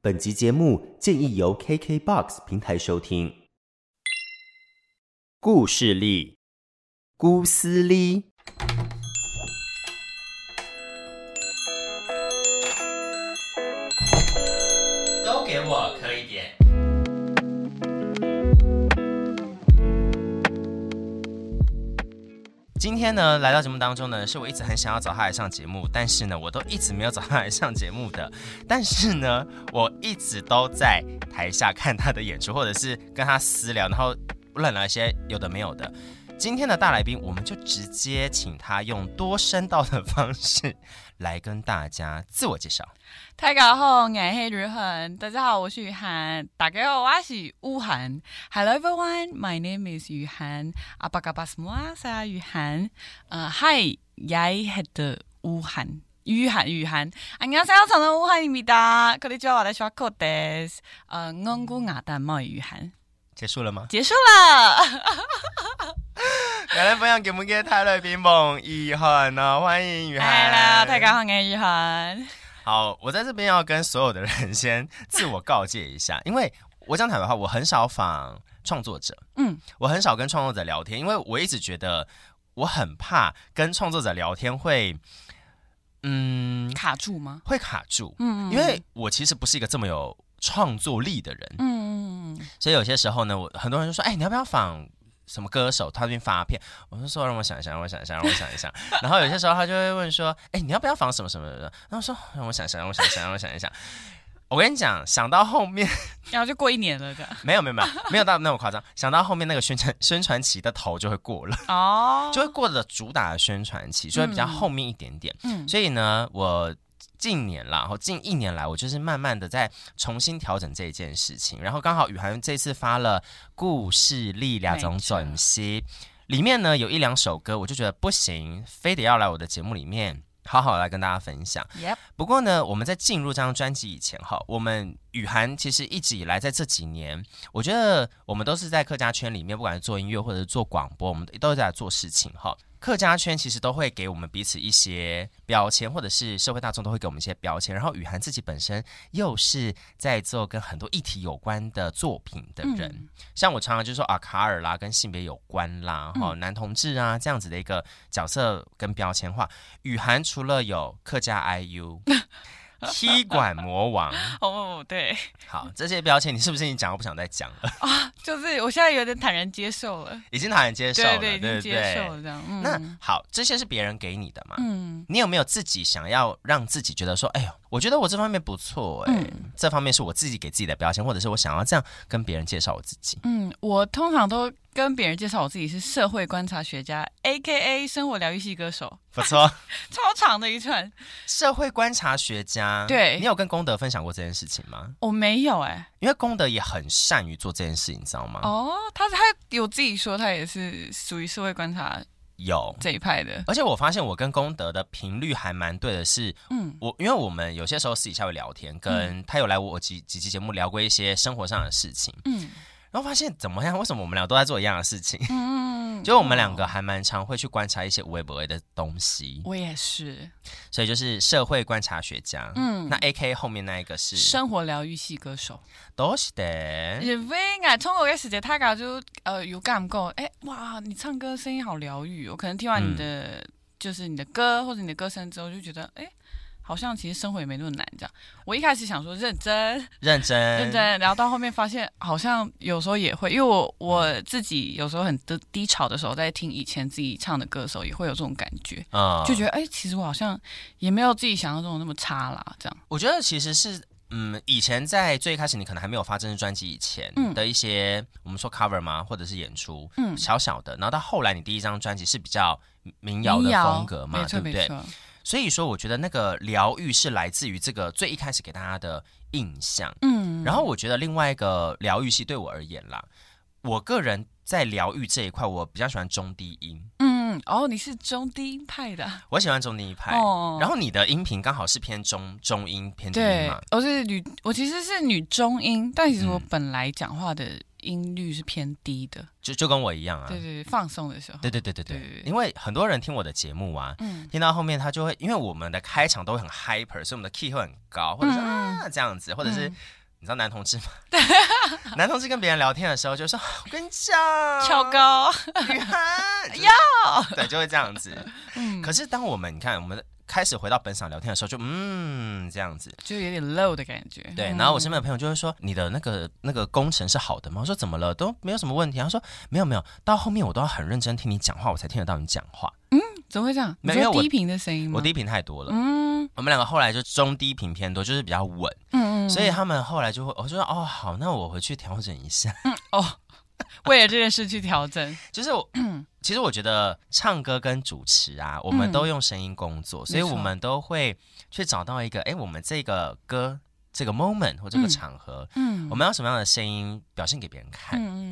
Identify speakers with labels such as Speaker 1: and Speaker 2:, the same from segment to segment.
Speaker 1: 本集节目建议由 KKBOX 平台收听。故事力，姑斯利。
Speaker 2: 都给我磕一点。今天呢，来到节目当中呢，是我一直很想要找他来上节目，但是呢，我都一直没有找他来上节目的。但是呢， 我一直都在台下看他的演出，或者是跟他私聊，然后乱聊一些有的没有的。今天的大来宾，我们就直接请他用多声道的方式来跟大家自我介绍。
Speaker 3: 大家好，我是雨涵。大家好，我是雨涵。大家好，我是吴涵。Hello everyone, my name is 雨涵。Apa kabar semua? Saya 雨涵。呃，Hi, jeg heter 吴涵。雨涵，雨涵。안녕하세요，저는吴涵입니다こんにちは、私はコです。呃，我姑我的冒雨涵。
Speaker 2: 结束了吗？
Speaker 3: 结束了。
Speaker 2: 来来分享给我们的泰瑞宾梦雨涵呢，欢迎雨涵。
Speaker 3: Hello，大家好，我是雨涵。
Speaker 2: 好，我在这边要跟所有的人先自我告诫一下，因为我讲坦白话，我很少访创作者，
Speaker 3: 嗯，
Speaker 2: 我很少跟创作者聊天，因为我一直觉得我很怕跟创作者聊天会，嗯，
Speaker 3: 卡住吗？
Speaker 2: 会卡住，
Speaker 3: 嗯，
Speaker 2: 因为我其实不是一个这么有创作力的人，
Speaker 3: 嗯嗯嗯，
Speaker 2: 所以有些时候呢，我很多人就说，哎、欸，你要不要访？什么歌手他那边发片，我就说让我想一想，让我想一想，让我想一想。然后有些时候他就会问说：“哎、欸，你要不要仿什么什么的？”然后说：“让我想想，让我想想，让我想一想。”我跟你讲，想到后面，
Speaker 3: 然后就过一年了的。
Speaker 2: 没有没有没有没有到那么夸张，想到后面那个宣传宣传期的头就会过了
Speaker 3: 哦，
Speaker 2: 就会过了主打的宣传期，就会比较后面一点点。
Speaker 3: 嗯，
Speaker 2: 所以呢，我。近年啦，然后近一年来，我就是慢慢的在重新调整这一件事情。然后刚好雨涵这次发了《故事力两种准析》，里面呢有一两首歌，我就觉得不行，非得要来我的节目里面好好来跟大家分享。
Speaker 3: 嗯 Yep.
Speaker 2: 不过呢，我们在进入这张专辑以前哈，我们雨涵其实一直以来在这几年，我觉得我们都是在客家圈里面，不管是做音乐或者是做广播，我们都在做事情哈。客家圈其实都会给我们彼此一些标签，或者是社会大众都会给我们一些标签。然后雨涵自己本身又是在做跟很多议题有关的作品的人，
Speaker 3: 嗯
Speaker 2: 像我常常就说啊卡尔啦，跟性别有关啦，哈、
Speaker 3: 嗯
Speaker 2: 男同志啊这样子的一个角色跟标签化。雨涵除了有客家 IU、踢馆魔王，
Speaker 3: 哦，对，
Speaker 2: 好这些标签，你是不是你讲都不想再讲了？
Speaker 3: 就是我现在有点坦然接受了。
Speaker 2: 已经坦然接受了，
Speaker 3: 对，已
Speaker 2: 对
Speaker 3: 经
Speaker 2: 不
Speaker 3: 接
Speaker 2: 对
Speaker 3: 受？了这样。嗯
Speaker 2: 那好，这些是别人给你的嘛？
Speaker 3: 嗯，
Speaker 2: 你有没有自己想要让自己觉得说，哎呦，我觉得我这方面不错、哎、
Speaker 3: 嗯
Speaker 2: 这方面是我自己给自己的标签，或者是我想要这样跟别人介绍我自己。
Speaker 3: 嗯，我通常都跟别人介绍我自己是社会观察学家，A K A 生活疗愈系歌手，
Speaker 2: 不错，
Speaker 3: 超长的一串。
Speaker 2: 社会观察学家，
Speaker 3: 对
Speaker 2: 你有跟功德分享过这件事情吗？
Speaker 3: 我、没有哎、
Speaker 2: 因为功德也很善于做这件事，你知道吗？
Speaker 3: 哦，他他有自己说他也是属于社会观察
Speaker 2: 有。
Speaker 3: 这一派的。
Speaker 2: 而且我发现我跟功德的频率还蛮对的是，
Speaker 3: 嗯
Speaker 2: 我因为我们有些时候私底下会聊天，跟他有来我几几期节目聊过一些生活上的事情，
Speaker 3: 嗯
Speaker 2: 然后发现怎么样？为什么我们俩都在做一样的事 情？
Speaker 3: 嗯嗯，
Speaker 2: 就我们两个还蛮常会去观察一些无微不微的东西，
Speaker 3: 我也是，
Speaker 2: 所以就是社会观察学家。嗯，
Speaker 3: 嗯
Speaker 2: 那 A K 后面那一个是
Speaker 3: 生活疗愈系歌手。
Speaker 2: 都是的，
Speaker 3: 因为啊，通过一个时间，他搞就呃有感够，哎、哇，你唱歌声音好疗愈哦。我可能听完你的、
Speaker 2: 嗯
Speaker 3: 就是你的歌或者你的歌声之后，就觉得哎、好像其实生活也没那么难这样。我一开始想说认真
Speaker 2: 认真
Speaker 3: 认真，然后到后面发现好像有时候也会，因为我我自己有时候很低低潮的时候，在听以前自己唱的歌的时候，也会有这种感觉，
Speaker 2: 啊
Speaker 3: 就觉得哎、其实我好像也没有自己想象中的那么差啦，这样。
Speaker 2: 我觉得其实是。嗯，以前在最开始你可能还没有发正式专辑以前
Speaker 3: 嗯
Speaker 2: 的一些，我们说 cover 嘛，或者是演出，
Speaker 3: 嗯
Speaker 2: 小小的，然后到后来你第一张专辑是比较民谣的风格嘛，
Speaker 3: 没错
Speaker 2: 对不
Speaker 3: 没
Speaker 2: 对？
Speaker 3: 错，
Speaker 2: 所以说，我觉得那个疗愈是来自于这个最一开始给大家的印象。
Speaker 3: 嗯，
Speaker 2: 然后我觉得另外一个疗愈系对我而言啦，我个人在疗愈这一块，我比较喜欢中低音，
Speaker 3: 嗯，哦，你是中低音派的啊、
Speaker 2: 我喜欢中低音派。
Speaker 3: 哦
Speaker 2: 哎然后你的音频刚好是偏中中音偏低音
Speaker 3: 对
Speaker 2: 嘛，，
Speaker 3: 我是女，我其实是女中音，但其实我
Speaker 2: 嗯
Speaker 3: 本来讲话的音律是偏低的，
Speaker 2: 就就跟我一样啊。
Speaker 3: 对对对，放松的时候，
Speaker 2: 对对对对
Speaker 3: 对对
Speaker 2: 对
Speaker 3: 对，
Speaker 2: 因为很多人听我的节目啊，
Speaker 3: 嗯
Speaker 2: 听到后面他就会，因为我们的开场都会很 hyper，所以我们的 key 会很高，或者是
Speaker 3: 嗯
Speaker 2: 啊这样子，或者是
Speaker 3: 嗯
Speaker 2: 你知道男同 志吗？男同志跟别人聊天的时候就说：“ 我跟你讲，
Speaker 3: 超 高，
Speaker 2: 女孩就是 对，就会这样子。
Speaker 3: 嗯，
Speaker 2: 可是当我们你看我们开始回到本场聊天的时候，就嗯这样子，
Speaker 3: 就有点 low 的感觉。
Speaker 2: 对。
Speaker 3: 嗯
Speaker 2: 然后我身边的朋友就会说：“你的那个那个工程是好的吗？”我说：“怎么了？都没有什么问题。”他说：“没有没有，到后面我都要很认真听你讲话，我才听得到你讲话。
Speaker 3: 怎么会这样？你
Speaker 2: 没有因为
Speaker 3: 说
Speaker 2: 我
Speaker 3: 低频的声音吗？
Speaker 2: 我低频太多了。
Speaker 3: 嗯
Speaker 2: 我们两个后来就中低频偏多，就是比较稳，
Speaker 3: 嗯嗯，
Speaker 2: 所以他们后来就会，我就说哦好，那我回去调整一 下。
Speaker 3: 哦，为了这件事去调整，
Speaker 2: 就是我，其实我觉得唱歌跟主持啊，我们都用声音工作，所以
Speaker 3: 嗯没错
Speaker 2: 我们都会去找到一个，哎，我们这个歌这个 moment 或这个
Speaker 3: 嗯
Speaker 2: 场合，
Speaker 3: 嗯
Speaker 2: 我们要什么样的声音表现给别人看。
Speaker 3: 嗯嗯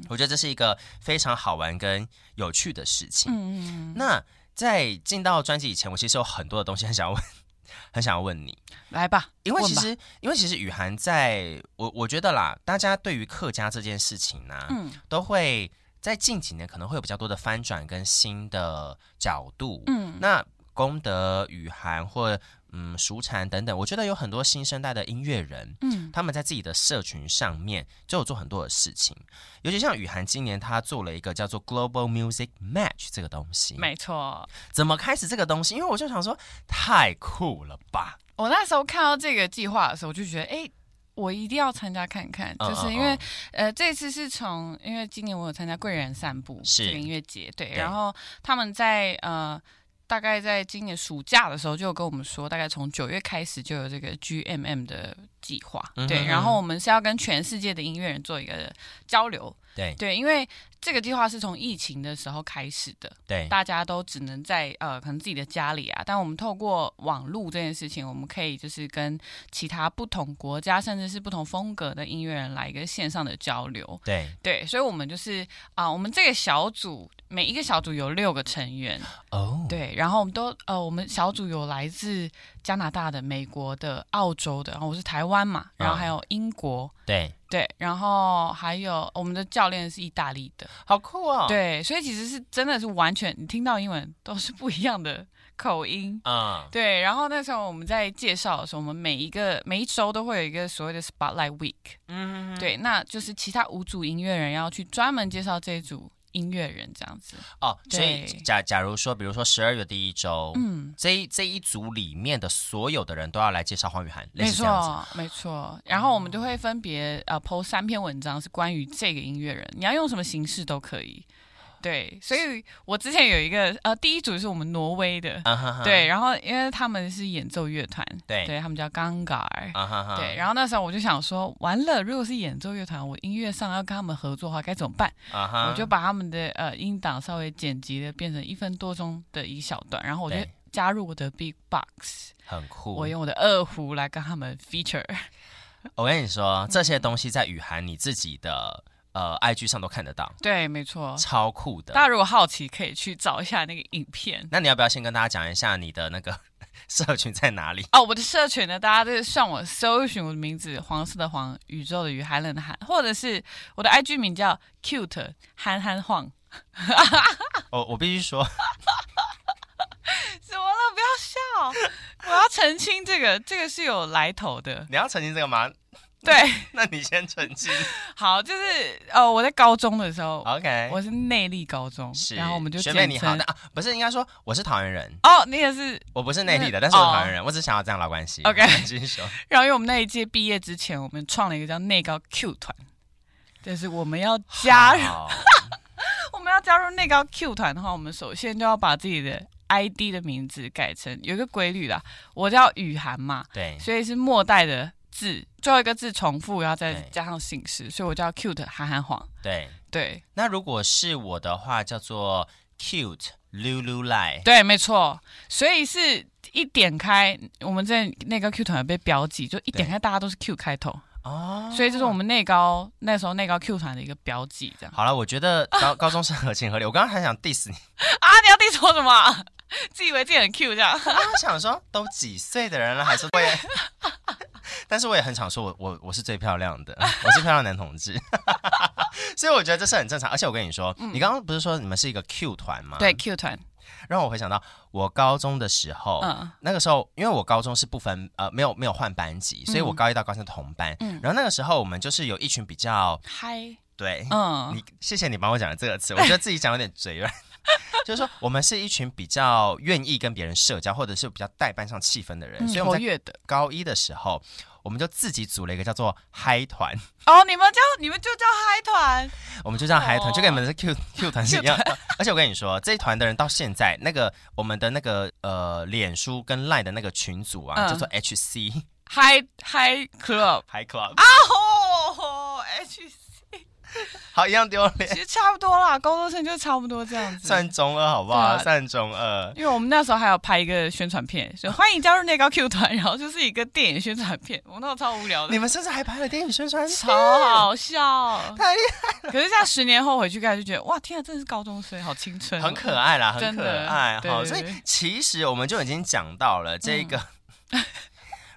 Speaker 3: 嗯
Speaker 2: 我觉得这是一个非常好玩跟有趣的事情。
Speaker 3: 嗯嗯，
Speaker 2: 那在进到专辑以前，我其实有很多的东西很想要问， 很想要问你。
Speaker 3: 来吧，
Speaker 2: 因为
Speaker 3: 问
Speaker 2: 其
Speaker 3: 吧
Speaker 2: 实，因为其实雨涵在我我觉得啦，大家对于客家这件事情呢、
Speaker 3: 嗯
Speaker 2: 都会在近几年可能会有比较多的翻转跟新的角度。
Speaker 3: 嗯
Speaker 2: 那功德、雨涵或嗯熟禅等等，我觉得有很多新生代的音乐人，
Speaker 3: 嗯
Speaker 2: 他们在自己的社群上面就有做很多的事情，尤其像雨涵今年她做了一个叫做 Global Music Match 这个东西，
Speaker 3: 没错。
Speaker 2: 怎么开始这个东西？因为我就想说，太酷了吧！
Speaker 3: 我那时候看到这个计划的时候，我就觉得，哎、我一定要参加看看，
Speaker 2: 嗯
Speaker 3: 就是
Speaker 2: 嗯
Speaker 3: 因为
Speaker 2: 嗯
Speaker 3: 呃，这次是从因为今年我有参加贵人散步
Speaker 2: 是
Speaker 3: 这个音乐节，对，
Speaker 2: 对
Speaker 3: 然后他们在呃。大概在今年暑假的时候，就有跟我们说，大概从九月开始就有这个 GMM 的计划，
Speaker 2: 嗯哼
Speaker 3: 对。然后我们是要跟全世界的音乐人做一个交流，
Speaker 2: 对
Speaker 3: 对，因为这个计划是从疫情的时候开始的，
Speaker 2: 对，
Speaker 3: 大家都只能在呃，可能自己的家里啊。但我们透过网络这件事情，我们可以就是跟其他不同国家，甚至是不同风格的音乐人来一个线上的交流。
Speaker 2: 对，
Speaker 3: 对，所以我们就是啊、我们这个小组每一个小组有六个成员，
Speaker 2: 哦，
Speaker 3: 对，然后我们都呃，我们小组有来自加拿大的、美国的、澳洲的，然后我是台湾嘛，然后还有英国。
Speaker 2: 对，
Speaker 3: 对，然后还有我们的教练是意大利的，
Speaker 2: 好酷哦。，
Speaker 3: 对，所以其实是真的是完全，你听到英文都是不一样的口音。
Speaker 2: 啊、
Speaker 3: 对，然后那时候我们在介绍的时候，我们每一个每一周都会有一个所谓的 Spotlight Week，
Speaker 2: 嗯，
Speaker 3: 对，那就是其他五组音乐人要去专门介绍这一组音乐人这样子。
Speaker 2: 哦，所以
Speaker 3: 对
Speaker 2: 假假如说，比如说十二月第一周，
Speaker 3: 嗯，
Speaker 2: 这一这一组里面的所有的人都要来介绍黄雨涵，类
Speaker 3: 没
Speaker 2: 似这样子。
Speaker 3: 错，没错。然后我们就会分别呃 PO 三篇文章，是关于这个音乐人，你要用什么形式都可以。对，所以我之前有一个呃，第一组是我们挪威的，
Speaker 2: 啊哈哈，
Speaker 3: 对，然后因为他们是演奏乐团，
Speaker 2: 对
Speaker 3: 他们叫 Gangar，、
Speaker 2: 啊哈哈，
Speaker 3: 对，然后那时候我就想说，完了，如果是演奏乐团，我音乐上要跟他们合作的话，该怎么办？
Speaker 2: 啊哈，
Speaker 3: 我就把他们的呃音档稍微剪辑的变成一分多钟的一小段，然后我就
Speaker 2: 对哦
Speaker 3: 加入我的 Big Box，
Speaker 2: 很酷。
Speaker 3: 我用我的二胡来跟他们 feature，
Speaker 2: 我跟你说，
Speaker 3: 嗯
Speaker 2: 这些东西在雨涵你自己的呃 IG 上都看得到，
Speaker 3: 对，没错。
Speaker 2: 超酷
Speaker 3: 哦大
Speaker 2: 的。
Speaker 3: 家如果好奇，可以去找一下那个影片。
Speaker 2: 那你要不要先跟大家讲一下你的那个社群在哪里？
Speaker 3: 哦，我的社群呢，大家就是上我搜寻我的名字，黄色的黄，宇宙的宇，寒冷的寒，或者是我的 IG 名叫 cute 憨憨晃。
Speaker 2: 我我必须说，
Speaker 3: 怎么了？不要笑， 我要澄清这个，这个是有来头的。
Speaker 2: 你要澄清这个吗？
Speaker 3: 对，
Speaker 2: 那你先澄 清。
Speaker 3: 好，就是呃，我在高中的时候，
Speaker 2: OK，
Speaker 3: 我是内力高中，
Speaker 2: 是，
Speaker 3: 然后我们就
Speaker 2: 学
Speaker 3: 简
Speaker 2: 妹你好，
Speaker 3: 称
Speaker 2: 那啊不是应该说我是桃园人，
Speaker 3: 哦，你也是。
Speaker 2: 我不是内地的，
Speaker 3: 嗯
Speaker 2: 但是我是桃园人，我只想要这样拉关系。
Speaker 3: OK
Speaker 2: 继续说。
Speaker 3: 然后因为我们那一届毕业之前，我们创了一个叫内高 Q 团，就是我们要 加入。
Speaker 2: 好
Speaker 3: 我们要加入内高 Q 团的话，我们首先就要把自己的 ID 的名字改成有一个规律啦，我叫雨涵嘛，
Speaker 2: 对，
Speaker 3: 所以是末代的字，最后一个字重复，然后再
Speaker 2: 对
Speaker 3: 加上姓氏，所以我叫 cute 韩寒黄。
Speaker 2: 对。
Speaker 3: 对
Speaker 2: 那如果是我的话，叫做 cute lulu lie。
Speaker 3: 对，没错，所以是一点开，我们在内高 Q 团有被标记，就一点开大家都是 Q 开头，
Speaker 2: 哦，
Speaker 3: 所以这是我们内高那时候内高 Q 团的一个标记，这样
Speaker 2: 好了，我觉得高高中生合情合理。我刚刚还想 diss 你，
Speaker 3: 啊，你要地说什么 嗯啊？自以为自己很 Q 这样。
Speaker 2: 我刚刚想说，都几岁的人了，还是会。 但是我也很常说我我我是最漂亮的，我是漂亮男同志， 所以我觉得这是很正常。而且我跟你说，你刚刚不是说你们是一个 Q 团吗？
Speaker 3: 嗯对 Q 团，
Speaker 2: 让我回想到我高中的时候，
Speaker 3: 嗯
Speaker 2: 那个时候因为我高中是不分呃没有没有换班
Speaker 3: 嗯
Speaker 2: 级，所以我高一到高三同班。然后那个时候我们就是有一群比较
Speaker 3: 嗨，
Speaker 2: 对，
Speaker 3: 嗯
Speaker 2: 你谢谢你帮我讲的这个词，我觉得自己讲有点嘴 软。就是说，我们是一群比较愿意跟别人社交，或者是比较带班上气氛的人，
Speaker 3: 嗯，
Speaker 2: 所以我
Speaker 3: 活
Speaker 2: 们在
Speaker 3: 跃的。
Speaker 2: 高一的时候，我们就自己组了一个叫做嗨团，
Speaker 3: 哦，你们叫你们就叫嗨团，
Speaker 2: 我们就这样嗨团，
Speaker 3: 哦
Speaker 2: 就跟你们的 Q Q 团是一 样的。而且我跟你说，这一团的人到现在，那个我们的那个呃，脸书跟 Line 的那个群组啊，
Speaker 3: 嗯
Speaker 2: 叫做 HC
Speaker 3: 嗨嗨 club。
Speaker 2: Hi Club，、
Speaker 3: 啊哦，H
Speaker 2: 好一样丢脸，
Speaker 3: 其实差不多啦，高中生就差不多这样子。
Speaker 2: 算中二好不
Speaker 3: 对
Speaker 2: 好？
Speaker 3: 啊
Speaker 2: 算中二。
Speaker 3: 因为我们那时候还有拍一个宣传片， 说欢迎加入内高 Q 团，然后就是一个电影宣传片，我那时候超无聊的
Speaker 2: 你，们甚至还拍了电影宣传片，
Speaker 3: 超好笑。
Speaker 2: 太厉
Speaker 3: 可是这样十年后回去看，就觉得哇，天啊，真的是高中生，好青春哦、
Speaker 2: 很可爱啦，很
Speaker 3: 真
Speaker 2: 可
Speaker 3: 的
Speaker 2: 爱
Speaker 3: 对
Speaker 2: 哈。
Speaker 3: 对
Speaker 2: 所以
Speaker 3: 对嗯
Speaker 2: 其实我们就已经讲到了这个。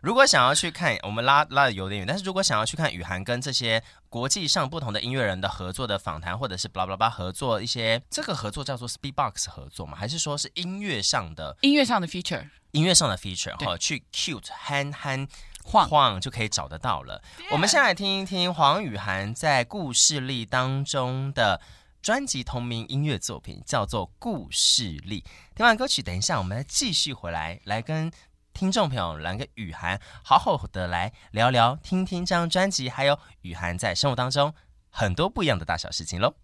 Speaker 2: 如果想要去看，我们拉拉的有点远，但是如果想要去看雨涵跟这些国际上不同的音乐人的合作的访谈，或者是 blah blah blah 合作一些，这个合作叫做 Speedbox 合作吗？还是说是音乐上的
Speaker 3: 音乐上的 feature
Speaker 2: 音乐上的 feature
Speaker 3: 对
Speaker 2: 哈？去 cute 憨憨
Speaker 3: 晃，
Speaker 2: 晃就可以找得到了。我们先来听一听黄雨涵在《故事力》当中的专辑同名音乐作品，叫做《故事力》。听完歌曲，等一下我们再继续回来，来跟听众朋友来跟雨涵好好的来聊聊，听听这张专辑，还有雨涵在生活当中很多不一样的大小事情喽。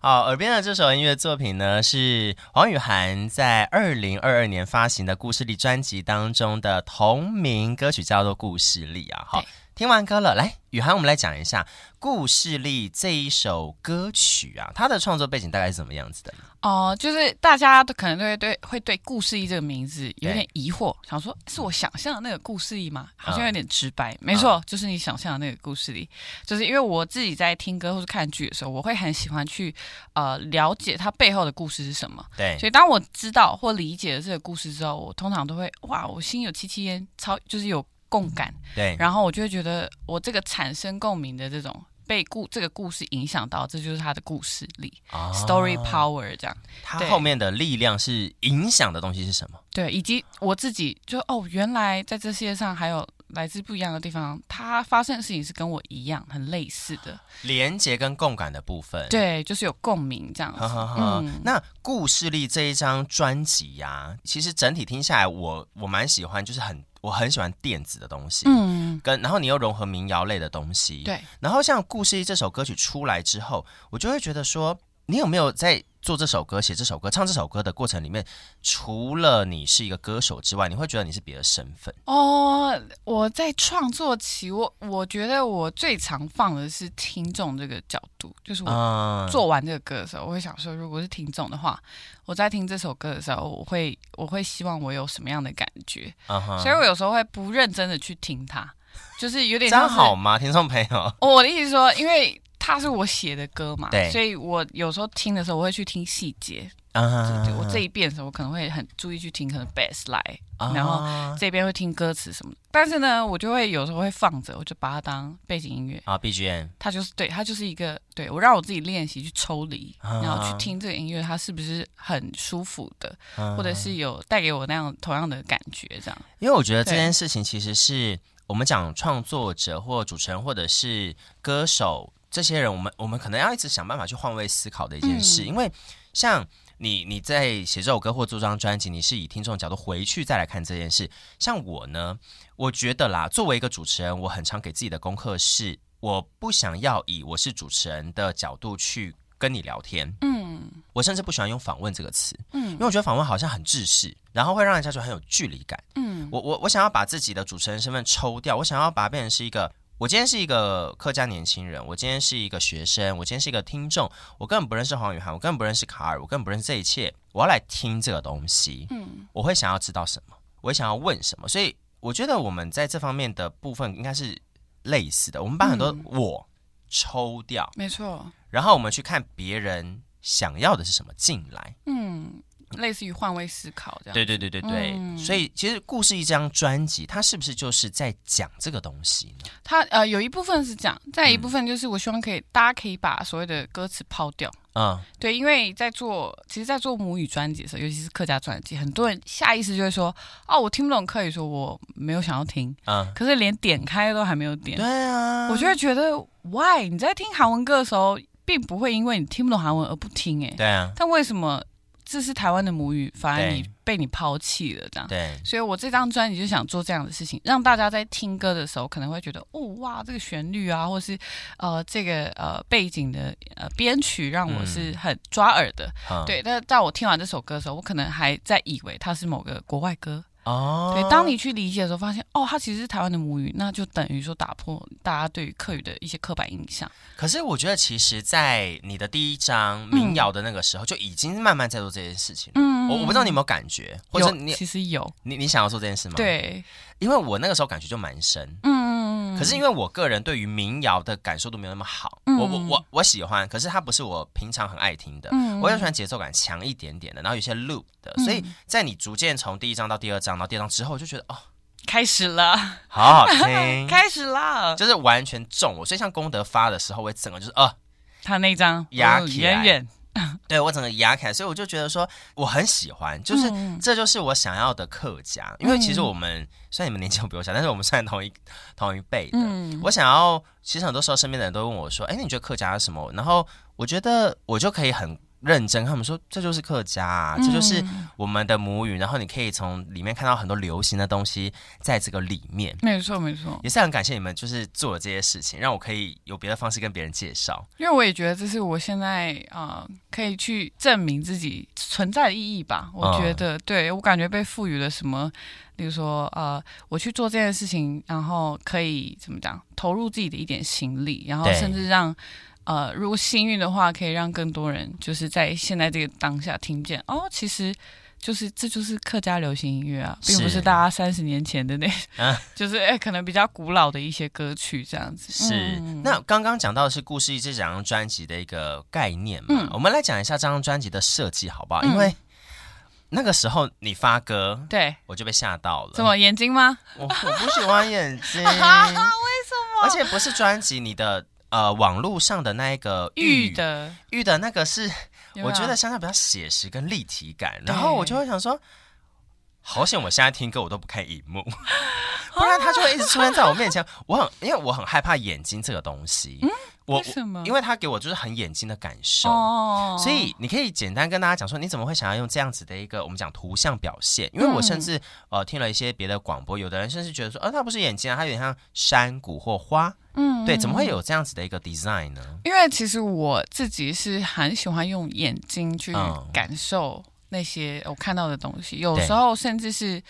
Speaker 2: 好，耳边的这首音乐作品呢，是黄雨涵在二零二二年发行的《故事力》专辑当中的同名歌曲，叫做《故事力》啊。好
Speaker 3: 对，
Speaker 2: 听完歌了，来，雨涵，我们来讲一下《故事力》这一首歌曲啊，它的创作背景大概是怎么样子的呢？
Speaker 3: 哦、就是大家都可能都会对会对故事一这个名字有点疑惑，想说是我想象的那个故事一吗？好
Speaker 2: 嗯
Speaker 3: 像有点直白。没错，就是你想象的那个故事里，就是因为我自己在听歌或是看剧的时候，我会很喜欢去呃了解它背后的故事是什么。
Speaker 2: 对
Speaker 3: 所，以当我知道或理解了这个故事之后，我通常都会哇，我心有戚戚焉，超就是有共感，
Speaker 2: 对，
Speaker 3: 然后我就会觉得我这个产生共鸣的这种。被故这个故事影响到，这就是它的故事力、
Speaker 2: 哦
Speaker 3: s t o r y power 这样。
Speaker 2: 它
Speaker 3: 对
Speaker 2: 后面的力量是影响的东西是什么？
Speaker 3: 对，以及我自己就哦，原来在这世界上还有来自不一样的地方，它发生的事情是跟我一样很类似的，
Speaker 2: 连接跟共感的部分。。
Speaker 3: 对，就是有共鸣这样
Speaker 2: 哈
Speaker 3: 子。
Speaker 2: 哈哈
Speaker 3: 嗯，
Speaker 2: 那《故事力》这一张专辑呀，其实整体听下来我，我蛮喜欢，就是很我很喜欢电子的东西，
Speaker 3: 嗯，
Speaker 2: 跟然后你又融合民谣类的东西，。
Speaker 3: 对，
Speaker 2: 然后像《故事力》这首歌曲出来之后，我就会觉得说，你有没有在做这首歌、写这首歌、唱这首歌的过程里面，除了你是一个歌手之外，你会觉得你是别的身份？
Speaker 3: 哦，我在创作期，我我觉得我最常放的是听众这个角度，就是我
Speaker 2: 嗯，
Speaker 3: 做完这个歌的时候，我会想说，如果是听众的话，我在听这首歌的时候，我会我会希望我有什么样的感觉，
Speaker 2: 嗯哼
Speaker 3: 所以我有时候会不认真的去听它，就是有
Speaker 2: 这
Speaker 3: 点像
Speaker 2: 样
Speaker 3: 是
Speaker 2: 好吗，听众朋 友？
Speaker 3: 哦我的意思说，因为它是我写的歌嘛，
Speaker 2: 对
Speaker 3: 所以我有时候听的时候，我会去听细节。
Speaker 2: 啊
Speaker 3: 就我这一遍的时候，我可能会很注意去听，可能 bass 来，
Speaker 2: 啊
Speaker 3: 然后这边会听歌词什么的。但是呢，我就会有时候会放着，我就把它当背景音乐。
Speaker 2: 啊 BGM
Speaker 3: 它就是对，它就是一个对我让我自己练习去抽离，
Speaker 2: 啊
Speaker 3: 然后去听这个音乐，它是不是很舒服的，
Speaker 2: 啊
Speaker 3: 或者是有带给我那样同样的感觉？这样
Speaker 2: 因为我觉得这
Speaker 3: 对
Speaker 2: 件事情其实是我们讲创作者或主持人或者是歌手这些人，我们我们可能要一直想办法去换位思考的一件事，
Speaker 3: 嗯
Speaker 2: 因为像。你你在写这首歌或做这张专辑，你是以听众的角度回去再来看这件事。像我呢，我觉得啦，作为一个主持人，我很常给自己的功课是，我不想要以我是主持人的角度去跟你聊天。
Speaker 3: 嗯
Speaker 2: 我甚至不喜欢用访问这个词，因
Speaker 3: 嗯
Speaker 2: 为我觉得访问好像很制式，然后会让人家觉得很有距离感。
Speaker 3: 嗯，
Speaker 2: 我我我想要把自己的主持人身份抽掉，我想要把它变成是一个，我今天是一个客家年轻人，我今天是一个学生，我今天是一个听众，我根本不认识黄雨涵，我根本不认识卡尔，我根本不认识这一切，我要来听这个东西，
Speaker 3: 嗯
Speaker 2: 我会想要知道什么，我会想要问什么，所以我觉得我们在这方面的部分应该是类似的，我们把很多
Speaker 3: 嗯
Speaker 2: 我抽掉，
Speaker 3: 没错，
Speaker 2: 然后我们去看别人想要的是什么进来。
Speaker 3: 嗯，类似于换位思考这样。
Speaker 2: 对对对对对，
Speaker 3: 嗯
Speaker 2: 所以其实故事一张专辑，它是不是就是在讲这个东西呢？
Speaker 3: 它呃有一部分是讲，再
Speaker 2: 嗯
Speaker 3: 一部分就是我希望可以、大家可以把所谓的歌词抛掉。
Speaker 2: 嗯，
Speaker 3: 对，因为在做，其实，在做母语专辑的时候，尤其是客家专辑，很多人下意识就会说：“哦，我听不懂客语，说我没有想要听。”
Speaker 2: 嗯，
Speaker 3: 可是连点开都还没有点，
Speaker 2: 对啊，
Speaker 3: 我就会觉得 why 你在听韩文歌的时候，并不会因为你听不懂韩文而不听哎、
Speaker 2: 对啊，
Speaker 3: 但为什么这是台湾的母语，反而
Speaker 2: 对
Speaker 3: 你被你抛弃了这样？
Speaker 2: 对，
Speaker 3: 所以我这张专辑就想做这样的事情，让大家在听歌的时候可能会觉得，哦哇，这个旋律啊，或是呃这个呃背景的呃编曲让我是很抓耳的。
Speaker 2: 嗯，
Speaker 3: 对，但在我听完这首歌的时候，我可能还在以为它是某个国外歌。
Speaker 2: 哦，
Speaker 3: 对，当你去理解的时候，发现哦，它其实是台湾的母语，那就等于说打破大家对于客语的一些刻板印象。
Speaker 2: 可是我觉得，其实，在你的第一张民谣的那个时候，就已经慢慢在做这件事情了。
Speaker 3: 嗯
Speaker 2: 我我不知道你有没有感觉，或者
Speaker 3: 有
Speaker 2: 你嗯
Speaker 3: 其实有，
Speaker 2: 你你想要做这件事吗？，
Speaker 3: 对，
Speaker 2: 因为我那个时候感觉就蛮深，
Speaker 3: 嗯，
Speaker 2: 可是因为我个人对于民谣的感受度没有那么好，
Speaker 3: 嗯
Speaker 2: 我我我我喜欢，可是它不是我平常很爱听的，
Speaker 3: 嗯
Speaker 2: 我也喜欢节奏感强一点点的，然后有些 loop 的，所以在你逐渐从第一章到第二章，到第二章之后，我就觉得哦，
Speaker 3: 开始了，
Speaker 2: 好 好听，
Speaker 3: 开始啦！
Speaker 2: 嗯就是完全中我，所以像功德发的时候，我整个就是呃，
Speaker 3: 他那张
Speaker 2: 压
Speaker 3: 嗯
Speaker 2: 起来
Speaker 3: 远远，
Speaker 2: 对我整个压开，所以我就觉得说我很喜欢，就是、
Speaker 3: 嗯
Speaker 2: 这就是我想要的客家，因为其实我们、虽然你们年纪比我小，但是我们算同一同一辈的。
Speaker 3: 嗯
Speaker 2: 我想要，其实很多时候身边的人都问我说：“哎，那你觉得客家是什么？”然后我觉得我就可以很认真，跟他们说这就是客家、啊，这就是
Speaker 3: 嗯
Speaker 2: 我们的母语。然后你可以从里面看到很多流行的东西在这个里面。
Speaker 3: 没错没错，
Speaker 2: 也是很感谢你们，就是做了这些事情，让我可以有别的方式跟别人介绍。
Speaker 3: 因为我也觉得这是我现在啊、呃可以去证明自己存在的意义吧。我
Speaker 2: 啊
Speaker 3: 觉得，对我感觉被赋予了什么，例如说呃，我去做这件事情，然后可以怎么讲，投入自己的一点心力，然后
Speaker 2: 对
Speaker 3: 甚至让。呃，如果幸运的话，可以让更多人就是在现在这个当下听见哦，其实就是这就是客家流行音乐啊，并不
Speaker 2: 是
Speaker 3: 是大家三十年前的那，
Speaker 2: 啊
Speaker 3: 就是、哎可能比较古老的一些歌曲这样子。嗯
Speaker 2: 是，嗯那刚刚讲到的是故事这张专辑的一个概念嘛，
Speaker 3: 嗯
Speaker 2: 我们来讲一下这张专辑的设计好不好？
Speaker 3: 嗯
Speaker 2: 因为那个时候你发歌，
Speaker 3: 对，
Speaker 2: 我就被吓到了。
Speaker 3: 怎么眼睛吗？
Speaker 2: 我我不喜欢眼 睛，
Speaker 3: 啊，为什么？
Speaker 2: 而且不是专辑，你的呃网络上的那一个
Speaker 3: 玉的，
Speaker 2: 玉的那个是，
Speaker 3: 有没有
Speaker 2: 我觉得相当比较写实跟立体感，然后我就会想说。好险！我现在听歌我都不看荧 幕，不然它就会一直出现在我面前。我很，因为我很害怕眼睛这个东西。我
Speaker 3: 嗯为什么
Speaker 2: 因为它给我就是很眼睛的感受。
Speaker 3: 哦
Speaker 2: 所以你可以简单跟大家讲说，你怎么会想要用这样子的一个我们讲图像表现？因为
Speaker 3: 嗯
Speaker 2: 我甚至、呃听了一些别的广播，有的人甚至觉得说，呃，它不是眼睛啊，它有点像山谷或花，
Speaker 3: 嗯
Speaker 2: 对，怎么会有这样子的一个 design 呢？
Speaker 3: 因为其实我自己是很喜欢用眼睛去
Speaker 2: 嗯
Speaker 3: 感受那些我看到的东西，有
Speaker 2: 对
Speaker 3: 时候甚至是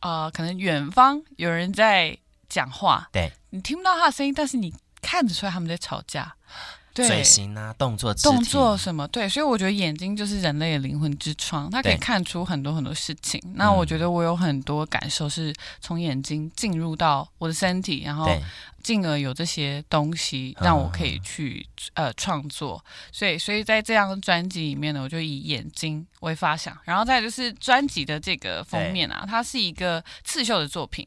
Speaker 3: 呃，可能远方有人在讲话，
Speaker 2: 对
Speaker 3: 你听不到他的声音，但是你看得出来他们在吵架，对
Speaker 2: 嘴。型啊，动作、肢体
Speaker 3: 动作什么？对，所以我觉得眼睛就是人类的灵魂之窗，它可以
Speaker 2: 对嗯
Speaker 3: 看出很多很多事情。那我觉得我有很多感受是从眼睛进入到我的身体，然后
Speaker 2: 对，
Speaker 3: 进而有这些东西让我可以去、呃创作，所以所以在这张专辑里面呢，我就以眼睛为发想，然后再就是专辑的这个封面啊，它是一个刺绣的作品，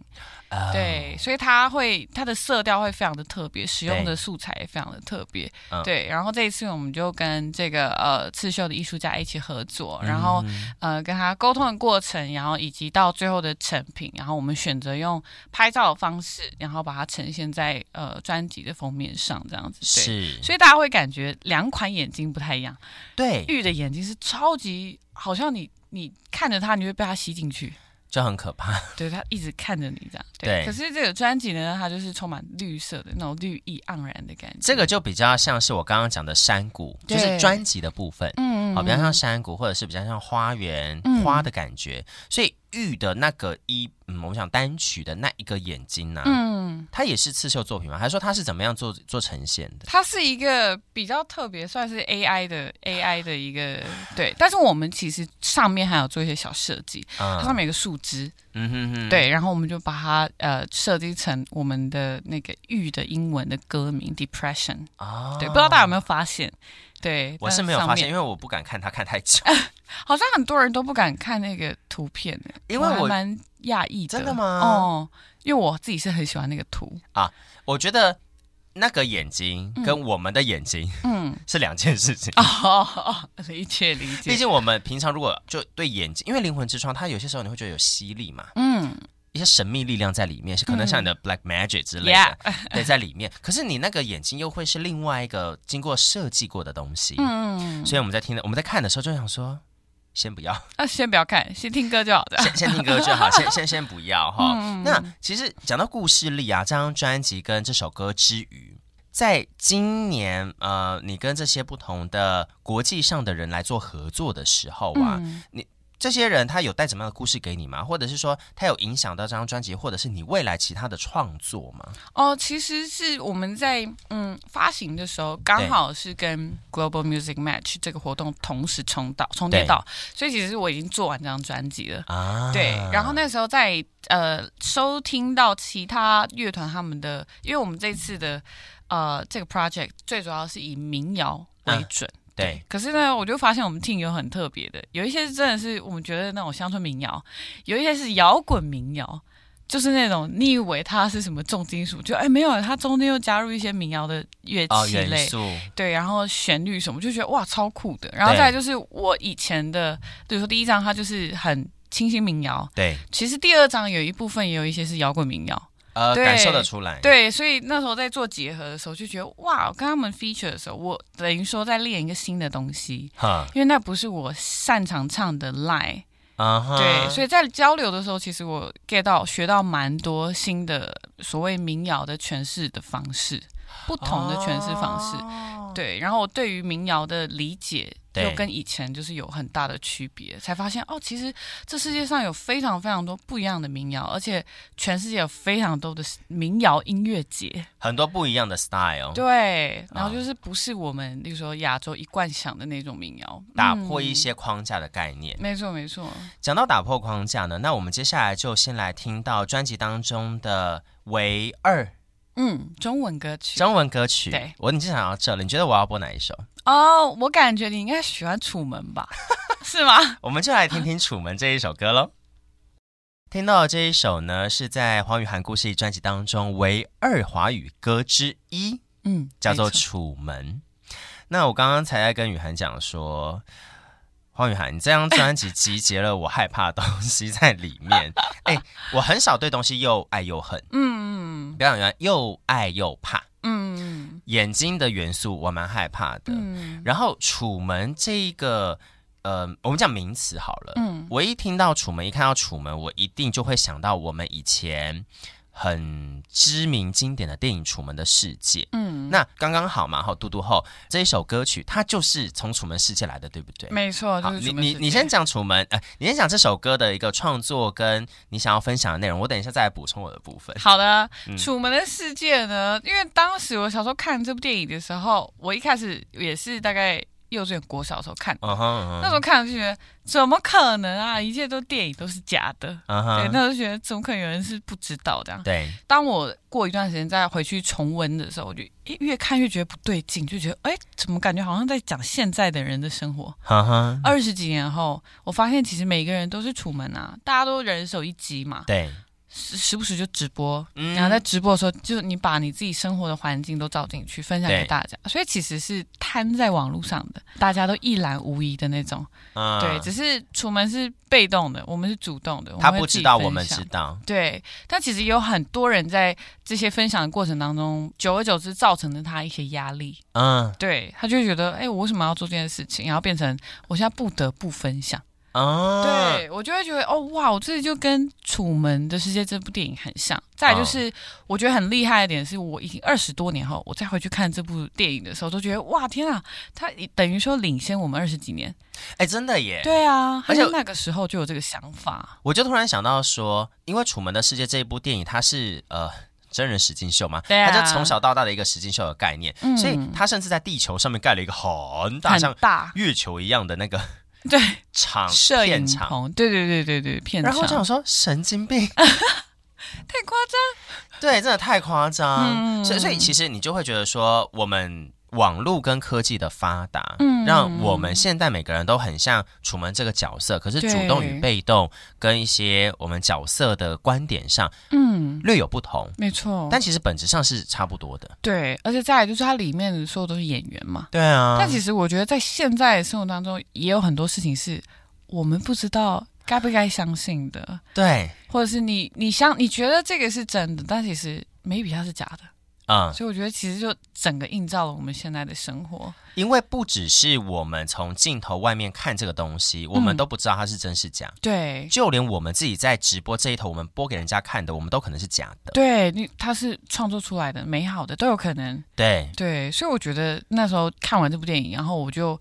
Speaker 2: 呃，
Speaker 3: 对，所以它会它的色调会非常的特别，使用
Speaker 2: 对
Speaker 3: 的素材也非常的特别，
Speaker 2: 嗯
Speaker 3: 对。然后这一次我们就跟这个呃刺绣的艺术家一起合
Speaker 2: 嗯
Speaker 3: 作，然后、呃跟他沟通的过程，然后以及到最后的成品，然后我们选择用拍照的方式，然后把它呈现在呃专辑的封面上，这样子对。
Speaker 2: 是，
Speaker 3: 所以大家会感觉两款眼睛不太一样，
Speaker 2: 对，
Speaker 3: 玉的眼睛是超级，好像你你看着它，你就会被它吸进去，
Speaker 2: 就很可怕。
Speaker 3: 对他一直看着你这样。
Speaker 2: 对
Speaker 3: 可是这个专辑呢，它就是充满绿色的那种绿意盎然的感觉。
Speaker 2: 这个就比较像是我刚刚讲的山谷，就
Speaker 3: 对
Speaker 2: 是专辑的部分。哦
Speaker 3: 嗯，嗯
Speaker 2: 好，比较像山谷，或者是比较像花园、
Speaker 3: 嗯
Speaker 2: 花的感觉。所以玉的那个一，嗯，我想单曲的那一个眼睛呢、
Speaker 3: 嗯，
Speaker 2: 它也是刺绣作品吗？还是说它是怎么样做做呈现的？
Speaker 3: 它是一个比较特别，算是 AI 的 AI 的一个对，但是我们其实上面还有做一些小设计，它上
Speaker 2: 嗯
Speaker 3: 面有个树枝，
Speaker 2: 嗯哼哼，，
Speaker 3: 对，然后我们就把它呃设计成我们的那个玉的英文的歌名 Depression，
Speaker 2: 哦
Speaker 3: 对，不知道大家有没有发现？对，
Speaker 2: 我
Speaker 3: 但
Speaker 2: 是没有
Speaker 3: 上
Speaker 2: 发
Speaker 3: 面啊
Speaker 2: 现，因为我不敢看它看太久。
Speaker 3: 好像很多人都不敢看那个图片呢，
Speaker 2: 因为
Speaker 3: 还
Speaker 2: 我
Speaker 3: 蛮讶异
Speaker 2: 真的吗
Speaker 3: 哦，因为我自己是很喜欢那个图，
Speaker 2: 我觉得那个眼睛跟我们的眼睛
Speaker 3: 嗯，
Speaker 2: 是两件事情。
Speaker 3: 哦，理解理
Speaker 2: 毕
Speaker 3: 解，
Speaker 2: 竟我们平常如果就对眼睛，因为灵魂之窗，它有些时候你会觉得有吸力嘛，
Speaker 3: 嗯，
Speaker 2: 一些神秘力量在里面，是可能像你的 black magic 之类
Speaker 3: Yeah
Speaker 2: 的， 嗯对，在里面。可是你那个眼睛又会是另外一个经过设计过的东西，
Speaker 3: 嗯，
Speaker 2: 所以我们在听的，我们在看的时候就想说，先 不要，
Speaker 3: 那、先不要看，先听歌就好的。
Speaker 2: 先先听歌就好，先先先不 要哈。
Speaker 3: 嗯
Speaker 2: 那其实讲到故事力啊，这张专辑跟这首歌之余，在今年呃，你跟这些不同的国际上的人来做合作的时候啊，
Speaker 3: 嗯
Speaker 2: 这些人他有带怎么样的故事给你吗？或者是说他有影响到这张专辑，或者是你未来其他的创作吗？
Speaker 3: 哦，其实是我们在嗯发行的时候，刚好是跟 Global Music Match 这个活动同时重到重叠到，所以其实我已经做完这张专辑了。
Speaker 2: 啊，
Speaker 3: 对，然后那时候在呃收听到其他乐团他们的，因为我们这次的呃这个 project 最主要是以民谣为
Speaker 2: 嗯
Speaker 3: 准。
Speaker 2: 啊对，
Speaker 3: 可是呢，我就发现我们 team 有很特别的，有一些真的是我们觉得那种乡村民谣，有一些是摇滚民谣，就是那种你以为它是什么重金属，就哎没有，它中间又加入一些民谣的乐
Speaker 2: 哦，
Speaker 3: 器
Speaker 2: 元
Speaker 3: 类，
Speaker 2: 素，
Speaker 3: 对，然后旋律什么，就觉得哇超酷的。然后再来就是我以前的，比如说第一张它就是很清新民谣，
Speaker 2: 对，
Speaker 3: 其实第二张有一部分也有一些是摇滚民谣，
Speaker 2: 呃，
Speaker 3: 对
Speaker 2: 感受得出来，，
Speaker 3: 对，所以那时候在做结合的时候就觉得哇，我跟他们 feature 的时候，我等于说在练一个新的东西。
Speaker 2: 哈，
Speaker 3: 因为那不是我擅长唱的 line，、
Speaker 2: 啊哈，
Speaker 3: 对，所
Speaker 2: 以
Speaker 3: 以在交流的时候，其实我 get 到学到蛮多新的所谓民谣的诠释的方式，不同的诠释方式，
Speaker 2: 哦嗯
Speaker 3: 对。然后我对于民谣的理解
Speaker 2: 对
Speaker 3: 又跟以前就是有很大的区别，才发现哦，其实这世界上有非常非常多不一样的民谣，而且全世界有非常多的民谣音乐节，
Speaker 2: 很多不一样的 style，
Speaker 3: 对。然后
Speaker 2: 哦啊
Speaker 3: 就是不是我们，例如说亚洲一贯想的那种民谣，
Speaker 2: 打
Speaker 3: 嗯
Speaker 2: 破一些框架的概念。
Speaker 3: 没错，没错。
Speaker 2: 讲到打破框架呢，那我们接下来就先来听到专辑当中的唯二
Speaker 3: 嗯，中文歌曲
Speaker 2: 中文歌曲。
Speaker 3: 对
Speaker 2: 我你就想到这了，你觉得我要播哪一首？
Speaker 3: 哦我感觉你应该喜欢《楚门》吧？是吗？
Speaker 2: 我们就来听听《楚门》这一首歌喽。听到的这一首呢，是在黄雨涵故事专辑当中唯二华语歌之一，
Speaker 3: 嗯，
Speaker 2: 叫做
Speaker 3: 没
Speaker 2: 《
Speaker 3: 错
Speaker 2: 楚门》。那我刚刚才在跟雨涵讲说，黄雨涵，你这张专辑集结了我害怕的东西在里 面。哎、我很少对东西又爱又恨，
Speaker 3: 嗯
Speaker 2: 表演员又爱又怕，
Speaker 3: 嗯
Speaker 2: 眼睛的元素我蛮害怕的。
Speaker 3: 嗯
Speaker 2: 然后《楚门》这一个，呃，我们讲名词好了。
Speaker 3: 嗯
Speaker 2: 我一听到《楚门》，一看到《楚门》，我一定就会想到我们以前很知名经典的电影《楚门的世界》。
Speaker 3: 嗯，
Speaker 2: 那刚刚好嘛，哈，嘟嘟后这一首歌曲，它就是从《楚门世界》来的，对不对？
Speaker 3: 没错，
Speaker 2: 好，
Speaker 3: 就是
Speaker 2: 你
Speaker 3: 楚门
Speaker 2: 你
Speaker 3: 世
Speaker 2: 你
Speaker 3: 界
Speaker 2: 先讲《楚门》，呃，你先讲这首歌的一个创作跟你想要分享的内容，我等一下再来补充我的部分。
Speaker 3: 好的，
Speaker 2: 嗯
Speaker 3: 楚门的世界》呢，因为当时我小时候看这部电影的时候，我一开始也是大概幼稚园、国小的时候看，
Speaker 2: 嗯哼，嗯
Speaker 3: 那
Speaker 2: 哼
Speaker 3: 时候看就觉得怎么可能啊？一切都电影都是假的，
Speaker 2: 嗯
Speaker 3: 对，
Speaker 2: 哼，
Speaker 3: 那时候觉得怎么可能有人是不知道这样。
Speaker 2: 对，
Speaker 3: 当我过一段时间再回去重温的时候，我就诶越看越觉得不对劲，就觉得哎，诶怎么感觉好像在讲现在的人的生活？
Speaker 2: 哈哈，
Speaker 3: 二十几年后，我发现其实每个人都是楚门啊，大家都人手一机嘛，
Speaker 2: 对，
Speaker 3: 时时不时就直播，
Speaker 2: 嗯
Speaker 3: 然后在直播的时候，就你把你自己生活的环境都照进去，分享给
Speaker 2: 对
Speaker 3: 大家，所以其实是摊在网络上的，大家都一览无遗的那种。
Speaker 2: 嗯
Speaker 3: 对，只是楚门是被动的，我们是主动的，
Speaker 2: 他
Speaker 3: 们会
Speaker 2: 不
Speaker 3: 自
Speaker 2: 知
Speaker 3: 己
Speaker 2: 道，
Speaker 3: 分
Speaker 2: 我们
Speaker 3: 享
Speaker 2: 知道，
Speaker 3: 对，但其实有很多人在这些分享的过程当中，久而久之造成了他一些压力，
Speaker 2: 嗯
Speaker 3: 对，他就会觉得，哎、我为什么要做这件事情？然后变成我现在不得不分享，
Speaker 2: 哦，
Speaker 3: 对我就会觉得，哦，哇，我这就跟《楚门的世界》这部电影很像。再来
Speaker 2: 嗯
Speaker 3: 就是，我觉得很厉害的点是，我已经二十多年后，我再回去看这部电影的时候，都觉得，哇，天啊，他等于说领先我们二十几年。
Speaker 2: 哎，真的耶！
Speaker 3: 对啊，
Speaker 2: 而
Speaker 3: 而
Speaker 2: 且
Speaker 3: 且那个时候就有这个想法，
Speaker 2: 我就突然想到说，因为《楚门的世界》这一部电影，它是呃真人实境秀嘛，
Speaker 3: 对啊
Speaker 2: 它就从小到大的一个实境秀的概念，
Speaker 3: 嗯
Speaker 2: 所以它甚至在地球上面盖了一个很大
Speaker 3: 很
Speaker 2: 像
Speaker 3: 大，
Speaker 2: 月球一样的那个
Speaker 3: 对。
Speaker 2: 场
Speaker 3: 摄影
Speaker 2: 片场。
Speaker 3: 棚，对对对对对，片场，
Speaker 2: 然后我想说神经病，
Speaker 3: 太夸
Speaker 2: 对，真的太夸张。
Speaker 3: 嗯
Speaker 2: 所以所以其实你就会觉得说，我们网络跟科技的发达，
Speaker 3: 嗯
Speaker 2: 让我们现在每个人都很像楚门这个角色，可是
Speaker 3: 对
Speaker 2: 主动与被动跟一些我们角色的观点上
Speaker 3: 嗯，
Speaker 2: 略有不同，
Speaker 3: 没错。
Speaker 2: 但其实本质上是差不多的。
Speaker 3: 对，而且再来就是它里面的所有都是演员嘛，
Speaker 2: 对啊，
Speaker 3: 但其实我觉得，在现在的生活当中，也有很多事情是我们不知道该不该相信的，
Speaker 2: 对，
Speaker 3: 或者是你你相你觉得这个是真的，但其实 maybe 它是假的。
Speaker 2: 嗯，
Speaker 3: 所以我觉得，其实就整个映照了我们现在的生活。
Speaker 2: 因为不只是我们从镜头外面看这个东西，我们
Speaker 3: 嗯
Speaker 2: 都不知道它是真是假，
Speaker 3: 对，
Speaker 2: 就连我们自己在直播这一头，我们播给人家看的，我们都可能是假的。
Speaker 3: 对你它是创作出来的，美好的都有可能。
Speaker 2: 对，
Speaker 3: 对，所以我觉得那时候看完这部电影，然后我就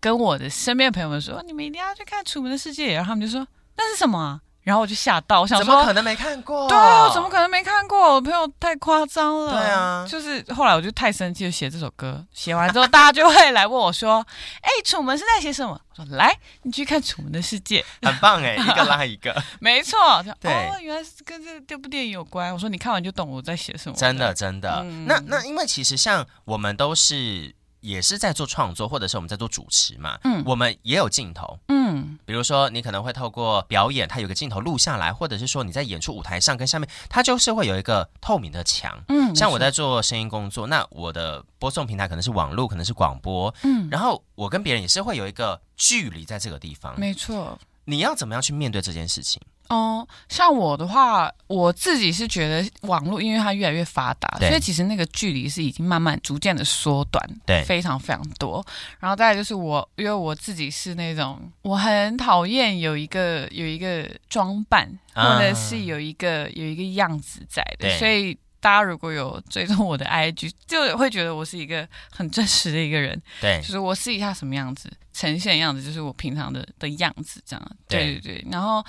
Speaker 3: 跟我的身边的朋友们说：“你们一定要去看《楚门的世界》。”然后他们就说：“那是什么、啊？”然后我就吓到，我想
Speaker 2: 怎
Speaker 3: 说
Speaker 2: 么可能没看过？
Speaker 3: 对啊，我怎么可能没看过？我朋友太夸张了。
Speaker 2: 哦对啊
Speaker 3: 就是后来我就太生气，就写这首歌。写完之后，大家就会来问我说：“哎、楚门是在写什么？”我说：“来，你去看《楚门的世界》。
Speaker 2: 很棒哎，一个拉一 个，”
Speaker 3: 没错，就
Speaker 2: 对
Speaker 3: 哦，原来是跟这这部电影有关。我说：“你看完就懂我在写什么。”
Speaker 2: 真的，真的。
Speaker 3: 嗯
Speaker 2: 那那因为其实像我们都是也是在做创作，或者是我们在做主持嘛，
Speaker 3: 嗯
Speaker 2: 我们也有镜头。
Speaker 3: 嗯，
Speaker 2: 比如说，你可能会透过表演，它有个镜头录下来，或者是说你在演出舞台上跟下面，它就是会有一个透明的墙。
Speaker 3: 嗯，
Speaker 2: 像我
Speaker 3: 没
Speaker 2: 在做声音工作，那我的播送平台可能是网络，可能是广播，
Speaker 3: 嗯
Speaker 2: 然后我跟别人也是会有一个距离在这个地
Speaker 3: 错
Speaker 2: 方。
Speaker 3: 没错。
Speaker 2: 你要怎么样去面对这件事情？
Speaker 3: 哦，像我的话，我自己是觉得网络因为它越来越发达，
Speaker 2: 对
Speaker 3: 所以其实那个距离是已经慢慢逐渐的缩短，
Speaker 2: 对
Speaker 3: 非常非常多。然后再来就是我，因为我自己是那种我很讨厌有一个有一个装扮，
Speaker 2: 啊
Speaker 3: 或者是有一个有一个样子在的
Speaker 2: 对，
Speaker 3: 所以。大家如果有追踪我的 IG，就会觉得我是一个很真实的一个人，
Speaker 2: 对
Speaker 3: 就，是我试一下什么样子，呈现的样子就是我平常的的样子，这样。
Speaker 2: 对
Speaker 3: 对对对，然后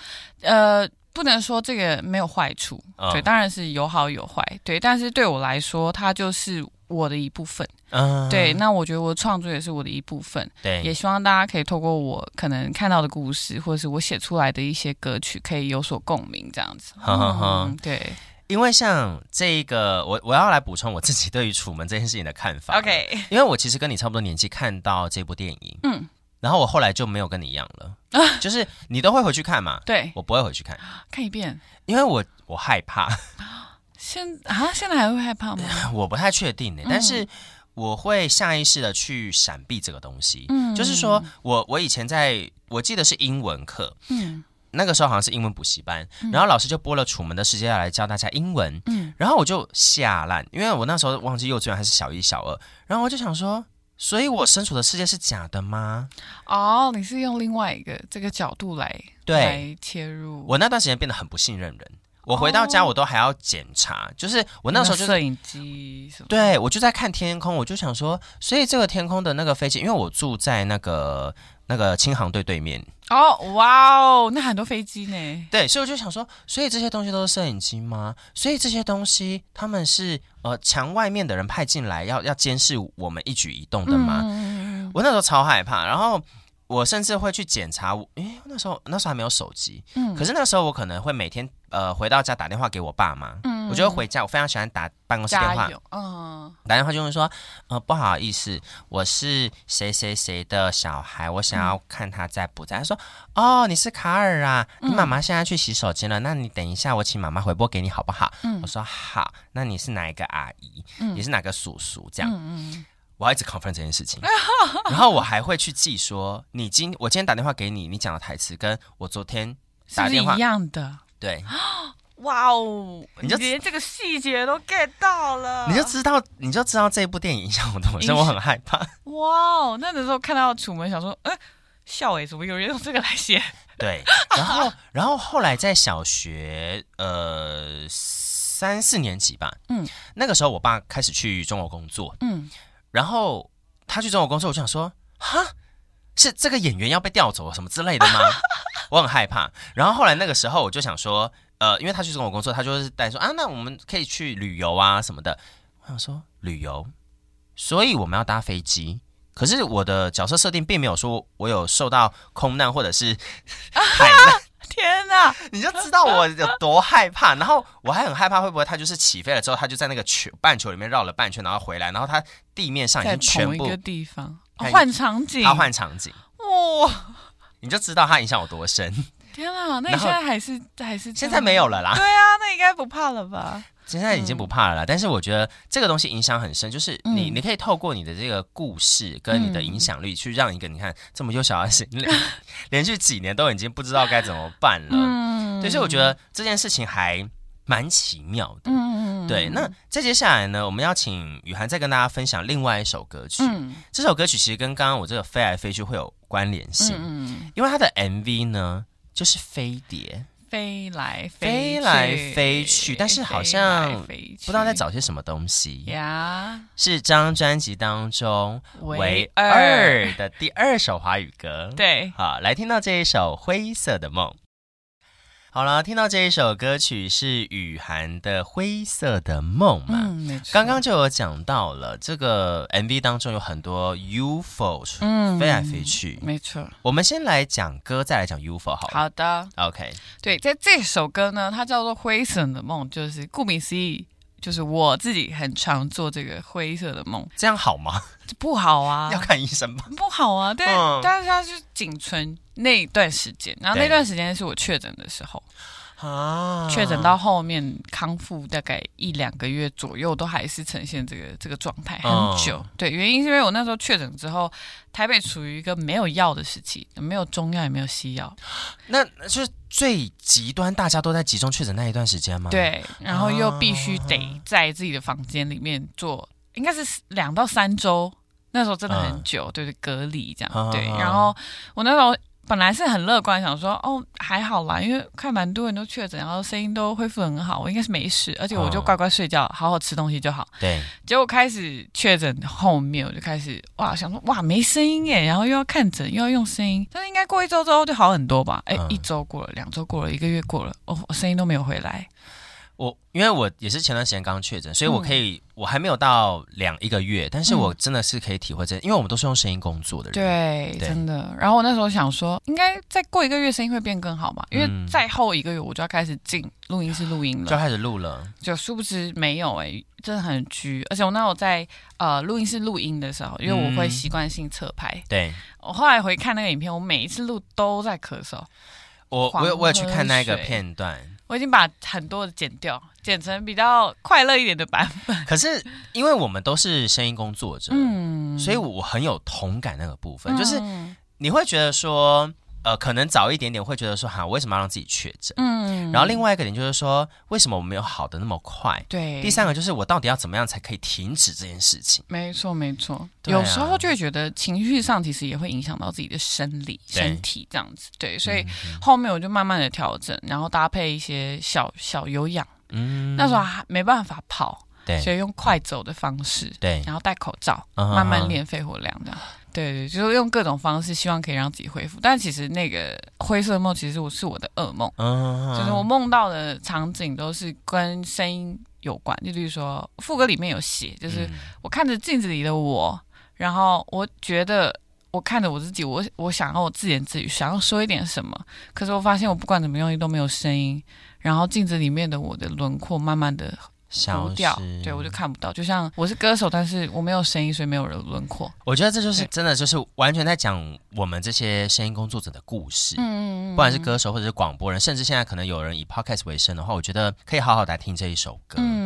Speaker 3: 呃，不能说这个没有坏处，
Speaker 2: 嗯
Speaker 3: 对，当然是有好有坏，对，但是对我来说，它就是。我的一部分，
Speaker 2: 嗯
Speaker 3: 对，那我觉得我创作也是我的一部分，
Speaker 2: 对，
Speaker 3: 也希望大家可以透过我可能看到的故事，或者是我写出来的一些歌曲，可以有所共鸣，这样子。
Speaker 2: 哼哼哼
Speaker 3: 嗯，对
Speaker 2: 因为像这一个，我我要来补充我自己对于《楚门》这件事情的看法。
Speaker 3: ，OK，
Speaker 2: 因为我其实跟你差不多年纪看到这部电影，
Speaker 3: 嗯，
Speaker 2: 然后我后来就没有跟你一样 了，就是你都会回去看嘛，
Speaker 3: 对，
Speaker 2: 我不会回去看，
Speaker 3: 看一遍。
Speaker 2: 因为我我害怕，
Speaker 3: 现啊，现在还会害怕吗？
Speaker 2: 我不太确定呢，但
Speaker 3: 嗯
Speaker 2: 是我会下意识的去闪避这个东西。
Speaker 3: 嗯
Speaker 2: 就是说，我我以前在我记得是英文课，
Speaker 3: 嗯
Speaker 2: 那个时候好像是英文补习班，然后老师就播了《楚门的世界》来教大家英文，
Speaker 3: 嗯
Speaker 2: 然后我就吓烂，因为我那时候忘记幼稚园还是小一、小二，然后我就想说，所以我身处的世界是假的吗？
Speaker 3: 哦，你是用另外一个这个角度来
Speaker 2: 对
Speaker 3: 来切入。
Speaker 2: 我那段时间变得很不信任人，我回到家
Speaker 3: 哦
Speaker 2: 我都还要检查，就是我那时候就
Speaker 3: 有
Speaker 2: 是。
Speaker 3: 摄影机什么？
Speaker 2: 对，我就在看天空，我就想说，所以这个天空的那个飞机，因为我住在那个那个轻航队对面，
Speaker 3: 哦，哇哦，那很多飞机呢。
Speaker 2: 对，所以我就想说，所以这些东西都是摄影机吗？所以这些东西他们是呃墙外面的人派进来要要监视我们一举一动的吗？
Speaker 3: 嗯嗯嗯
Speaker 2: 我那时候超害怕，然后我甚至会去检查我，诶，那时候那时候还没有手机，
Speaker 3: 嗯
Speaker 2: 可是那时候我可能会每天呃回到家打电话给我爸妈。
Speaker 3: 嗯
Speaker 2: 我就会回家，我非常喜欢打办公室电
Speaker 3: 加
Speaker 2: 话，
Speaker 3: 油，嗯
Speaker 2: 打电话就会说，呃，不好意思，我是谁谁谁的小孩，我想要看他在不在。他说，哦，你是卡尔啊，
Speaker 3: 嗯
Speaker 2: 你妈妈现在去洗手间了，那你等一下，我请妈妈回拨给你好不好？
Speaker 3: 嗯
Speaker 2: 我说好，那你是哪一个阿姨？
Speaker 3: 嗯
Speaker 2: 你是哪个叔叔？这样，
Speaker 3: 嗯嗯，
Speaker 2: 我要一直 confirm 这件事情， 然后我还会去记说，你今我今天打电话给你，你讲的台词跟我昨天
Speaker 3: 是
Speaker 2: 打
Speaker 3: 不是
Speaker 2: 电话
Speaker 3: 一样的？
Speaker 2: 对，
Speaker 3: 哇哦，
Speaker 2: 你就
Speaker 3: 连这个细节都 get 到了，
Speaker 2: 你就知道你就知道这部电影影响我多
Speaker 3: 影
Speaker 2: 深，
Speaker 3: 响
Speaker 2: 我很害怕。
Speaker 3: 哇哦，那那时候看到楚门，想说，嗯，笑诶，怎么有人用这个来写？
Speaker 2: 对，然后然后后来在小学呃三四年级吧，嗯
Speaker 3: 嗯，
Speaker 2: 那个时候我爸开始去中国工作，
Speaker 3: 嗯，
Speaker 2: 然后他去中国工作，我就想说，哈，是这个演员要被调走什么之类的吗？我很害怕。然后后来那个时候我就想说，呃，因为他去中国工作，他就是带说啊，那我们可以去旅游啊什么的。我想说旅游，所以我们要搭飞机。可是我的角色设定并没有说我有受到空难或者是 海难，
Speaker 3: 天哪！
Speaker 2: 你就知道我有多害怕。然后我还很害怕会不会他就是起飞了之后，他就在那个球半球里面绕了半圈，然后回来，然后他地面上已
Speaker 3: 在
Speaker 2: 经
Speaker 3: 同
Speaker 2: 全
Speaker 3: 一
Speaker 2: 部
Speaker 3: 个地方
Speaker 2: 看
Speaker 3: 哦
Speaker 2: 一
Speaker 3: 换场景，
Speaker 2: 他换场景，
Speaker 3: 哇！
Speaker 2: 你就知道他影响有多深。
Speaker 3: 天哪，那
Speaker 2: 然
Speaker 3: 你
Speaker 2: 后
Speaker 3: 现在还是还是这
Speaker 2: 现
Speaker 3: 样
Speaker 2: 在没有了啦
Speaker 3: 对，啊，那应该不怕了吧？
Speaker 2: 现在已经不怕了啦。但是我觉得这个东西影响很深，就是你、
Speaker 3: 嗯
Speaker 2: 你可以透过你的这个故事跟你的影响力，去让一个你看这么优小的心，连 连续几年都已经不知道该怎么办了。
Speaker 3: 嗯，
Speaker 2: 对，所以我觉得这件事情还蛮奇妙的。
Speaker 3: 嗯，嗯嗯，
Speaker 2: 对，那再接下来呢，我们要请雨涵再跟大家分享另外一首歌曲。
Speaker 3: 嗯
Speaker 2: 这首歌曲其实跟刚刚我这个飞来飞去会有关联性，
Speaker 3: 嗯，嗯
Speaker 2: 因为它的 MV 呢就是飞碟，
Speaker 3: 飞来
Speaker 2: 飞
Speaker 3: 去
Speaker 2: 来飞去但是好像
Speaker 3: 飞来飞去
Speaker 2: 不知道在找些什么东西。
Speaker 3: 呀，
Speaker 2: 是这张专辑当中唯
Speaker 3: 唯
Speaker 2: 二的第二首华语歌。
Speaker 3: 对，
Speaker 2: 好，来听到这一首《灰色的梦》。好了，听到这一首歌曲是雨涵的《灰色的梦》嘛？
Speaker 3: 嗯，没错
Speaker 2: 刚刚就有讲到了，这个 MV 当中有很多 UFO 出
Speaker 3: 嗯
Speaker 2: 飞来飞去。
Speaker 3: 没错，
Speaker 2: 我们先来讲歌，再来讲 UFO 好了。
Speaker 3: 好的，
Speaker 2: 好，OK，
Speaker 3: 对，在这首歌呢，它叫做《灰色的梦》，就是顾名思义。就是我自己很常做这个灰色的梦，
Speaker 2: 这样好吗？
Speaker 3: 这不好啊，
Speaker 2: 要看医生吧。
Speaker 3: 不好啊，但、
Speaker 2: 嗯
Speaker 3: 但是它是仅存那一段时间，然后
Speaker 2: 对
Speaker 3: 那段时间是我确诊的时候，
Speaker 2: 啊
Speaker 3: 确诊到后面康复大概一两个月左右，都还是呈现这个这个状态很
Speaker 2: 嗯
Speaker 3: 久。对，原因是因为我那时候确诊之后，台北处于一个没有药的时期，没有中药也没有西药，
Speaker 2: 那那就是最极端，大家都在集中确诊那一段时间吗？，
Speaker 3: 对，然后又必须
Speaker 2: 啊
Speaker 3: 得在自己的房间里面做，应该是两到三周，那时候真的很久，对对，隔离这
Speaker 2: 啊
Speaker 3: 样，对。然后我那时候本来是很乐观，想说哦还好啦，因为看蛮多人都确诊，然后声音都恢复很好，我应该是没事，而且我就
Speaker 2: 嗯
Speaker 3: 乖乖睡觉，好好吃东西就好。
Speaker 2: 对，
Speaker 3: 结果开始确诊后面，我就开始哇想说哇没声音耶，然后又要看诊，又要用声音，但是应该过一周之后就好很多吧？哎
Speaker 2: 嗯，
Speaker 3: 一周过了，两周过了，一个月过了，哦，我声音都没有回来。
Speaker 2: 我因为我也是前段时间刚确诊，所以我
Speaker 3: 嗯
Speaker 2: 可以、我还没有到两一个月，但是我真的是可以体会这，因为我们都是用声音工作的人。，
Speaker 3: 对，
Speaker 2: 对
Speaker 3: 真的。然后我那时候想说，应该再过一个月声音会变更好嘛，
Speaker 2: 嗯
Speaker 3: 因为再后一个月我就要开始进录音室录音
Speaker 2: 就
Speaker 3: 了。
Speaker 2: 开始录了。
Speaker 3: 就殊不知没有哎、真的很拘。而且我那时候在呃录音室录音的时候，因为我会
Speaker 2: 嗯
Speaker 3: 习惯性侧拍，
Speaker 2: 对
Speaker 3: 我后来回看那个影片，我每一次录都在咳嗽，
Speaker 2: 我，我有我有去看那个
Speaker 3: 黄河水
Speaker 2: 片段，
Speaker 3: 我已经把很多的剪掉，剪成比较快乐一点的版本。
Speaker 2: 可是因为我们都是声音工作者，
Speaker 3: 嗯
Speaker 2: 所以我很有同感那个部分，就是你会觉得说，呃，可能早一点点会觉得说，哈，我为什么要让自己确诊？
Speaker 3: 嗯
Speaker 2: 然后另外一个点就是说，为什么我没有好的那么快？
Speaker 3: 对
Speaker 2: 第三个就是我到底要怎么样才可以停止这件事情？
Speaker 3: 没错，没错。
Speaker 2: 对啊
Speaker 3: 有时候就会觉得情绪上其实也会影响到自己的生理、
Speaker 2: 对嗯
Speaker 3: 身体这样子。对，所以后面我就慢慢的调整，然后搭配一些小小有氧。
Speaker 2: 嗯，
Speaker 3: 那时候还没办法跑，所
Speaker 2: 对
Speaker 3: 以用快走的方式，
Speaker 2: 对，
Speaker 3: 然后戴口罩，
Speaker 2: 嗯
Speaker 3: 慢慢。练肺活量这样。对对，就是用各种方式，希望可以让自己恢复。但其实那个灰色梦，其实我是我的噩梦。
Speaker 2: 嗯
Speaker 3: 就是我梦到的场景都是跟声音有关，就例如说副歌里面有写，
Speaker 2: 嗯
Speaker 3: 就是我看着镜子里的我，然后我觉得我看着我自己，我我想要我自言自语，想要说一点什么，可是我发现我不管怎么用力都没有声音，然后镜子里面的我的轮廓慢慢的
Speaker 2: 消
Speaker 3: 糊掉
Speaker 2: 失，，
Speaker 3: 对我就看不到，就像我是歌手，但是我没有声音，所以没有人轮廓。
Speaker 2: 我觉得这就是真的，就是完全在讲我们这些声音工作者的故事，
Speaker 3: 嗯
Speaker 2: 不管是歌手或者是广播人，甚至现在可能有人以 podcast 为生的话，我觉得可以好好来听这一首歌，
Speaker 3: 嗯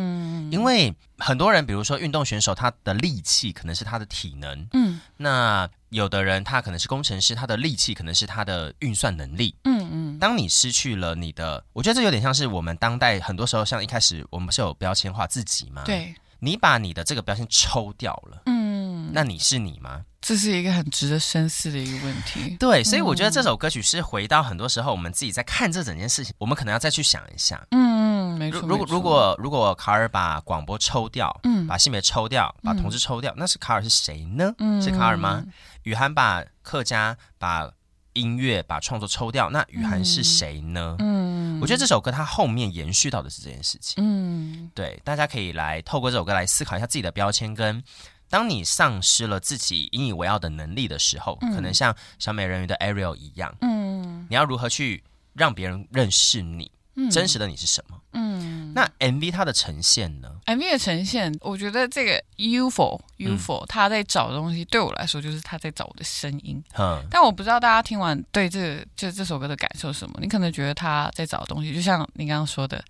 Speaker 2: 因为很多人，比如说运动选手，他的力气可能是他的体能，
Speaker 3: 嗯
Speaker 2: 那有的人他可能是工程师，他的力气可能是他的运算能力。
Speaker 3: 嗯嗯，
Speaker 2: 当你失去了你的，我觉得这有点像是我们当代很多时候，像一开始我们不是有标签化自己吗？，
Speaker 3: 对，
Speaker 2: 你把你的这个标签抽掉了，
Speaker 3: 嗯，
Speaker 2: 那你是你吗？
Speaker 3: 这是一个很值得深思的一个问题。
Speaker 2: 对，所以我觉
Speaker 3: 嗯
Speaker 2: 得这首歌曲是回到很多时候我们自己在看这整件事情，我们可能要再去想一下。
Speaker 3: 嗯，嗯，没
Speaker 2: 如
Speaker 3: 错。
Speaker 2: 如果
Speaker 3: 没错
Speaker 2: 如果如果卡尔把广播抽掉，
Speaker 3: 嗯
Speaker 2: 把性别抽掉，把同志抽掉，那是卡尔是谁呢？
Speaker 3: 嗯
Speaker 2: 是卡尔吗？雨涵把客家、把音乐、把创作抽掉，那雨涵是谁呢？
Speaker 3: 嗯，
Speaker 2: 我觉得这首歌它后面延续到的是这件事情。
Speaker 3: 嗯
Speaker 2: 对，大家可以来透过这首歌来思考一下自己的标签跟。当你丧失了自己引以为傲的能力的时候，可能像小美人鱼的 Ariel 一样，
Speaker 3: 嗯
Speaker 2: 你要如何去让别人认识你、
Speaker 3: 嗯
Speaker 2: 真实的你是什么。
Speaker 3: 嗯
Speaker 2: 那 MV 它的呈现呢？
Speaker 3: MV 的呈现，我觉得这个 UFO
Speaker 2: 嗯
Speaker 3: UFO 他在找的东西，对我来说就是他在找我的声音。
Speaker 2: 嗯
Speaker 3: 但我不知道大家听完对这就这首歌的感受是什么。你可能觉得他在找东西，就像你刚刚说的，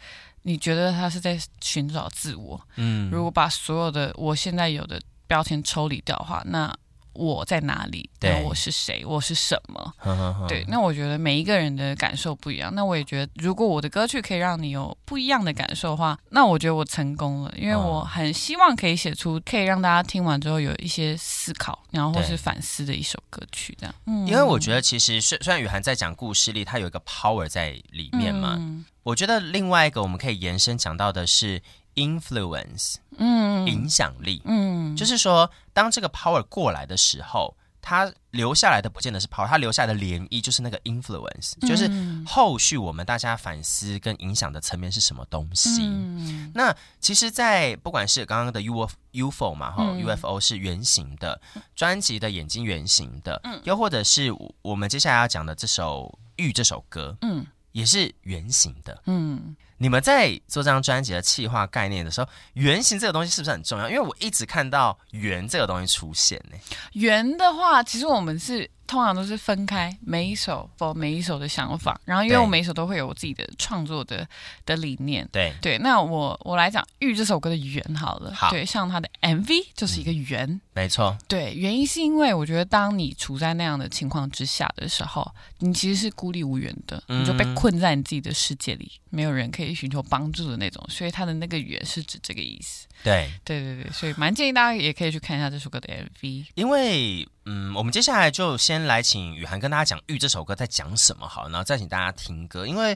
Speaker 3: 你觉得他是在寻找自我。
Speaker 2: 嗯，
Speaker 3: 如果把所有的我现在有的标签抽离掉的话，那我在哪里？
Speaker 2: 对
Speaker 3: 那我是谁？我是什么？
Speaker 2: 呵呵呵
Speaker 3: 对，那我觉得每一个人的感受不一样。那我也觉得，如果我的歌曲可以让你有不一样的感受的话，那我觉得我成功了，因为
Speaker 2: 嗯
Speaker 3: 我很希望可以写出可以让大家听完之后有一些思考，然后或
Speaker 2: 对
Speaker 3: 是反思的一首歌曲。这样，嗯
Speaker 2: 因为我觉得其实虽虽然雨涵在讲故事力，它有一个 power 在里面嘛。
Speaker 3: 嗯
Speaker 2: 我觉得另外一个我们可以延伸讲到的是 influence
Speaker 3: 嗯
Speaker 2: 影响力，
Speaker 3: 嗯，
Speaker 2: 就是是说当这个 power 过来的时候，它留下来的不见得是 power，它留下来的涟漪就是那个 influence，就是
Speaker 3: 嗯
Speaker 2: 后续我们大家反思跟影响的层面是什么东西。
Speaker 3: 嗯
Speaker 2: 那其实，在不管是刚刚的 UFO UFO 嘛，哈、
Speaker 3: 嗯
Speaker 2: UFO 是圆形的，专辑的眼睛圆形的，又或者是我们接下来要讲的这首《玉》这首歌
Speaker 3: 嗯
Speaker 2: 也是圆形的。
Speaker 3: 嗯
Speaker 2: 你们在做这张专辑的企划概念的时候，圆形这个东西是不是很重要？因为我一直看到圆这个东西出现呢、
Speaker 3: 圆的话，其实我们是通常都是分开每一首 for 每一首的想法，然后因为
Speaker 2: 对
Speaker 3: 我每一首都会有我自己的创作的的理念。
Speaker 2: 对，
Speaker 3: 对，那我我来讲《玉》这首歌的圆好了。
Speaker 2: 好嗯
Speaker 3: 对，像它的 MV 就是一个圆。
Speaker 2: 没错，
Speaker 3: 对，原因是因为我觉得，当你处在那样的情况之下的时候，你其实是孤立无援的，
Speaker 2: 嗯
Speaker 3: 你就被困在你自己的世界里，没有人可以寻求帮助的那种。所以它的那个圆是指这个意思。
Speaker 2: 对，
Speaker 3: 对对对，所以蛮建议大家也可以去看一下这首歌的 MV。
Speaker 2: 因为嗯，我们接下来就先来请雨涵跟大家讲《玉》这首歌在讲什么好，然后再请大家听歌，因为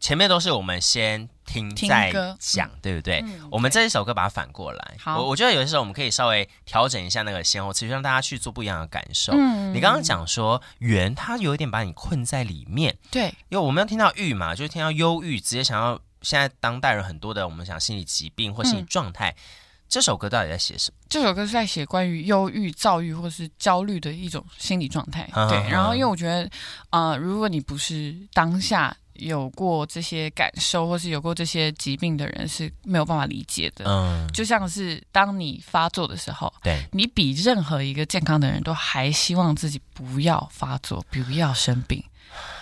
Speaker 2: 前面都是我们先听
Speaker 3: 听
Speaker 2: 再
Speaker 3: 歌
Speaker 2: 讲，对不对？
Speaker 3: 嗯
Speaker 2: 我们这一首歌把它反过来，
Speaker 3: 好
Speaker 2: 我我觉得有些时候我们可以稍微调整一下那个先后次序，让大家去做不一样的感受。
Speaker 3: 嗯
Speaker 2: 你刚刚讲说圆，它有一点把你困在里面，
Speaker 3: 对，
Speaker 2: 因为我们要听到郁嘛，就是听到忧郁，直接想要现在当代人很多的我们想心理疾病或心理
Speaker 3: 嗯
Speaker 2: 状态，这首歌到底在写什么？
Speaker 3: 这首歌是在写关于忧郁、躁郁或是焦虑的一种心理状态。
Speaker 2: 啊
Speaker 3: 对
Speaker 2: 啊啊，
Speaker 3: 然后因为我觉得，呃，如果你不是当下有过这些感受，或是有过这些疾病的人，是没有办法理解的。
Speaker 2: 嗯，
Speaker 3: 就像是当你发作的时候，
Speaker 2: 对。
Speaker 3: 你比任何一个健康的人都还希望自己不要发作，不要生病。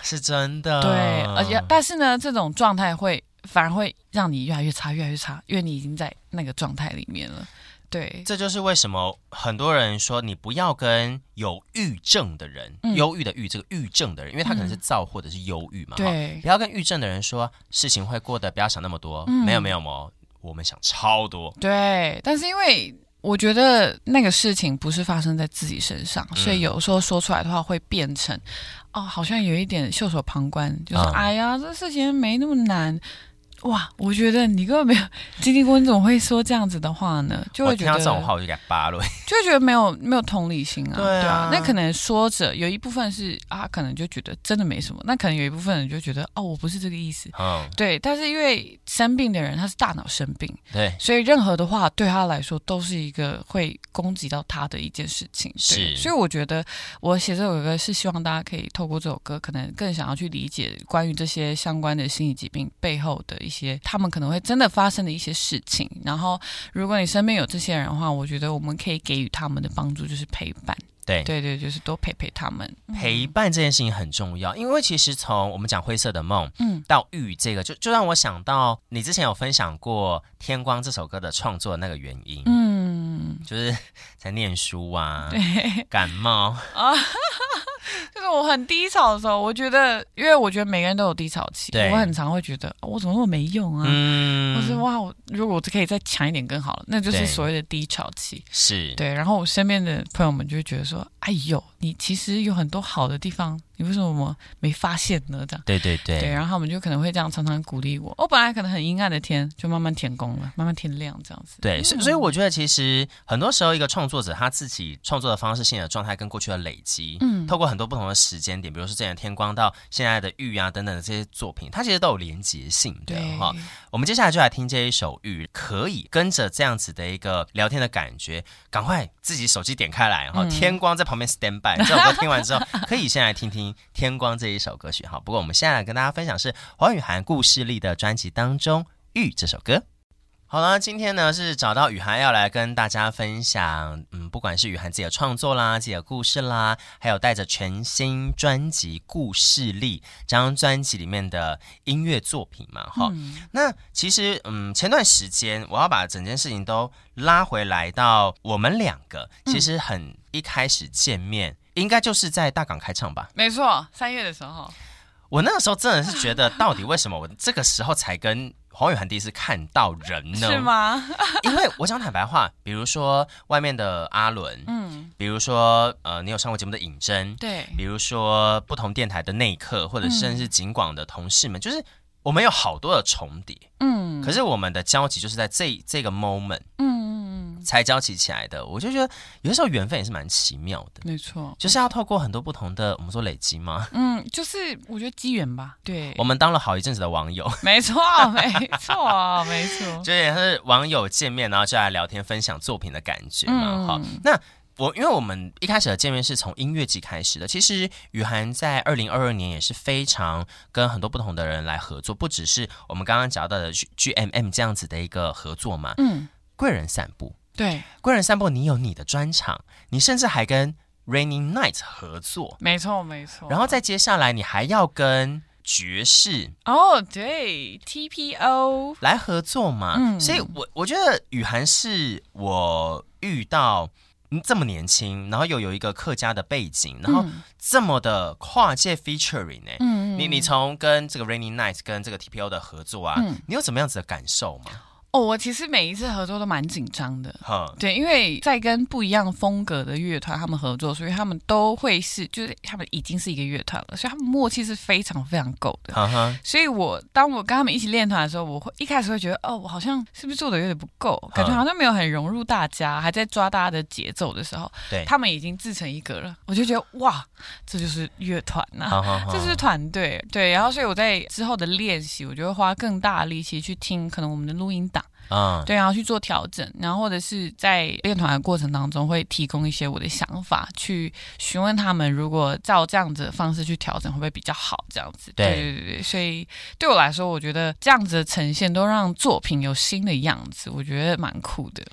Speaker 2: 是真的，嗯
Speaker 3: 对，而且但是呢，这种状态会反而会让你越来越差，越来越差，因为你已经在那个状态里面了。对，
Speaker 2: 这就是为什么很多人说你不要跟有郁症的人，
Speaker 3: 嗯
Speaker 2: 忧郁的郁，这个郁症的人，因为他可能是
Speaker 3: 嗯
Speaker 2: 躁或者是忧郁嘛，哈
Speaker 3: 对
Speaker 2: 不，要跟郁症的人说事情会过得不要想那么多，
Speaker 3: 嗯
Speaker 2: 没有没有哦，我们想超多，
Speaker 3: 对，但是因为我觉得那个事情不是发生在自己身上，所
Speaker 2: 嗯
Speaker 3: 以有时候说出来的话会变成，哦，好像有一点袖手旁观，就是、
Speaker 2: 嗯
Speaker 3: 哎呀，这事情没那么难。哇，我觉得你根本没有经历过，你怎么会说这样子的话呢？就
Speaker 2: 我
Speaker 3: 会觉
Speaker 2: 听
Speaker 3: 得
Speaker 2: 到这种话我就给他扒 了，
Speaker 3: 就会觉得没有没有同理心啊，
Speaker 2: 对啊
Speaker 3: 对那可能说者有一部分是啊，可能就觉得真的没什么，那可能有一部分人就觉得哦，我不是这个意思。
Speaker 2: 嗯，
Speaker 3: 对，但是因为生病的人他是大脑生病，
Speaker 2: 对，
Speaker 3: 所以任何的话对他来说都是一个会攻击到他的一件事情。
Speaker 2: 是
Speaker 3: 对所以我觉得我写这首歌是希望大家可以透过这首歌，可能更想要去理解关于这些相关的心理疾病背后的一些他们可能会真的发生的一些事情。然后，如果你身边有这些人的话，我觉得我们可以给予他们的帮助就是陪伴。
Speaker 2: 对，
Speaker 3: 对对，就是多陪陪他们。
Speaker 2: 陪伴这件事情很重要，因为其实从我们讲灰色的梦
Speaker 3: 嗯
Speaker 2: 到玉这个，就就让我想到你之前有分享过《天光》这首歌的创作的那个原因，
Speaker 3: 嗯，
Speaker 2: 就是 在念书啊，
Speaker 3: 对。
Speaker 2: 感冒，
Speaker 3: 就是我很低潮的时候，我觉得，因为我觉得每个人都有低潮期，
Speaker 2: 对
Speaker 3: 我很常会觉得、哦我怎么那么没用啊，或是
Speaker 2: 嗯，
Speaker 3: 哇，我如果我可以再强一点更好了，那就
Speaker 2: 对
Speaker 3: 是所谓的低潮期。
Speaker 2: 是，
Speaker 3: 对，然后我身边的朋友们就会觉得说：“哎呦，你其实有很多好的地方，你为什么没发现呢？”这样。
Speaker 2: 对对对
Speaker 3: 对，然啊后他们就可能会这样常常鼓励我。我本来可能很阴暗的天，就慢慢天光了，慢慢天亮这样子。
Speaker 2: 对，所以
Speaker 3: 嗯
Speaker 2: 所以我觉得其实很多时候一个创作者他自己创作的方式、现在的状态跟过去的累积，嗯，透过很多不同的时间点，比如说之前的天光到现在的玉啊等等的这些作品，它其实都有连结性的
Speaker 3: 对
Speaker 2: 哈。我们接下来就来听这一首《玉》，可以跟着这样子的一个聊天的感觉，赶快自己手机点开来，然后
Speaker 3: 嗯
Speaker 2: 天光在旁边 stand 拜。这首歌听完之后， 可以先来听听《天光》这一首歌曲哈。不过我们现在来跟大家分享是黄雨涵故事力的专辑当中《玉》这首歌。好了，今天呢是找到雨涵要来跟大家分享，嗯，不管是雨涵自己的创作啦、自己的故事啦，还有带着全新专辑《故事力》这张专辑里面的音乐作品嘛，哈、那其实，嗯，前段时间我要把整件事情都拉回来到我们两个，
Speaker 3: 嗯
Speaker 2: 其实很一开始见面，应该就是在大港开唱吧。
Speaker 3: 没错，三月的时候，
Speaker 2: 我那个时候真的是觉得，到底为什么我这个时候才跟黄雨涵第一次看到人呢？
Speaker 3: 是？吗？
Speaker 2: 因为我讲坦白话，比如说外面的阿伦，
Speaker 3: 嗯，
Speaker 2: 比如说呃，你有上过节目的尹真，
Speaker 3: 对，
Speaker 2: 比如说不同电台的内客，或者甚
Speaker 3: 嗯
Speaker 2: 至是警广的同事们，就是我们有好多的重叠。
Speaker 3: 嗯
Speaker 2: 可是我们的交集就是在这这个 moment
Speaker 3: 嗯嗯嗯，
Speaker 2: 才交集起来的，我就觉得有的时候缘分也是蛮奇妙的，
Speaker 3: 没错，
Speaker 2: 就是要透过很多不同的我们说累积嘛。
Speaker 3: 嗯，就是我觉得机缘吧，对哦
Speaker 2: 我，们当了好一阵子的网友，
Speaker 3: 没错，没错，没错，
Speaker 2: 就也是网友见面，然后就来聊天分享作品的感觉嘛。
Speaker 3: 嗯
Speaker 2: 好，那我因为我们一开始的见面是从音乐季开始的，其实雨涵在二零二二年也是非常跟很多不同的人来合作，不只是我们刚刚讲到的 G M M 这样子的一个合作嘛。
Speaker 3: 嗯，
Speaker 2: 贵人散步，
Speaker 3: 对，
Speaker 2: 贵人散步，你有你的专场，你甚至还跟 Raining Night 合作，
Speaker 3: 没错，没错。
Speaker 2: 然后再接下来你还要跟爵士
Speaker 3: 哦，对，TPO，
Speaker 2: 来合作嘛。
Speaker 3: 嗯
Speaker 2: 所以我我觉得雨涵是我遇到。嗯这么年轻，然后又有一个客家的背景，然后这么的跨界 featuring 呢、
Speaker 3: 嗯
Speaker 2: 你你从跟这个 Rainy Night 跟这个 TPO 的合作啊，
Speaker 3: 嗯
Speaker 2: 你有怎么样子的感受吗？
Speaker 3: 哦，我其实每一次合作都蛮紧张的。
Speaker 2: 哈，
Speaker 3: 对，因为在跟不一样风格的乐团他们合作，所以他们都会是，就是他们已经是一个乐团了，所以他们默契是非常非常够的。
Speaker 2: 哈哈，
Speaker 3: 所以我当我跟他们一起练团的时候，我会一开始会觉得，哦，我好像是不是做的有点不够，感觉好像没有很融入大家，还在抓大家的节奏的时候，
Speaker 2: 对，
Speaker 3: 他们已经自成一格了，我就觉得哇，这就是乐团呐、
Speaker 2: 好好好，
Speaker 3: 这是团队对，然后所以我在之后的练习，我就会花更大的力气去听可能我们的录音档，
Speaker 2: 嗯，
Speaker 3: 对，然后去做调整，然后或者是在练团的过程当中会提供一些我的想法，去询问他们如果照这样子的方式去调整会不会比较好，这样子。
Speaker 2: 对
Speaker 3: 对对对，所以对我来说，我觉得这样子的呈现都让作品有新的样子，我觉得蛮酷的。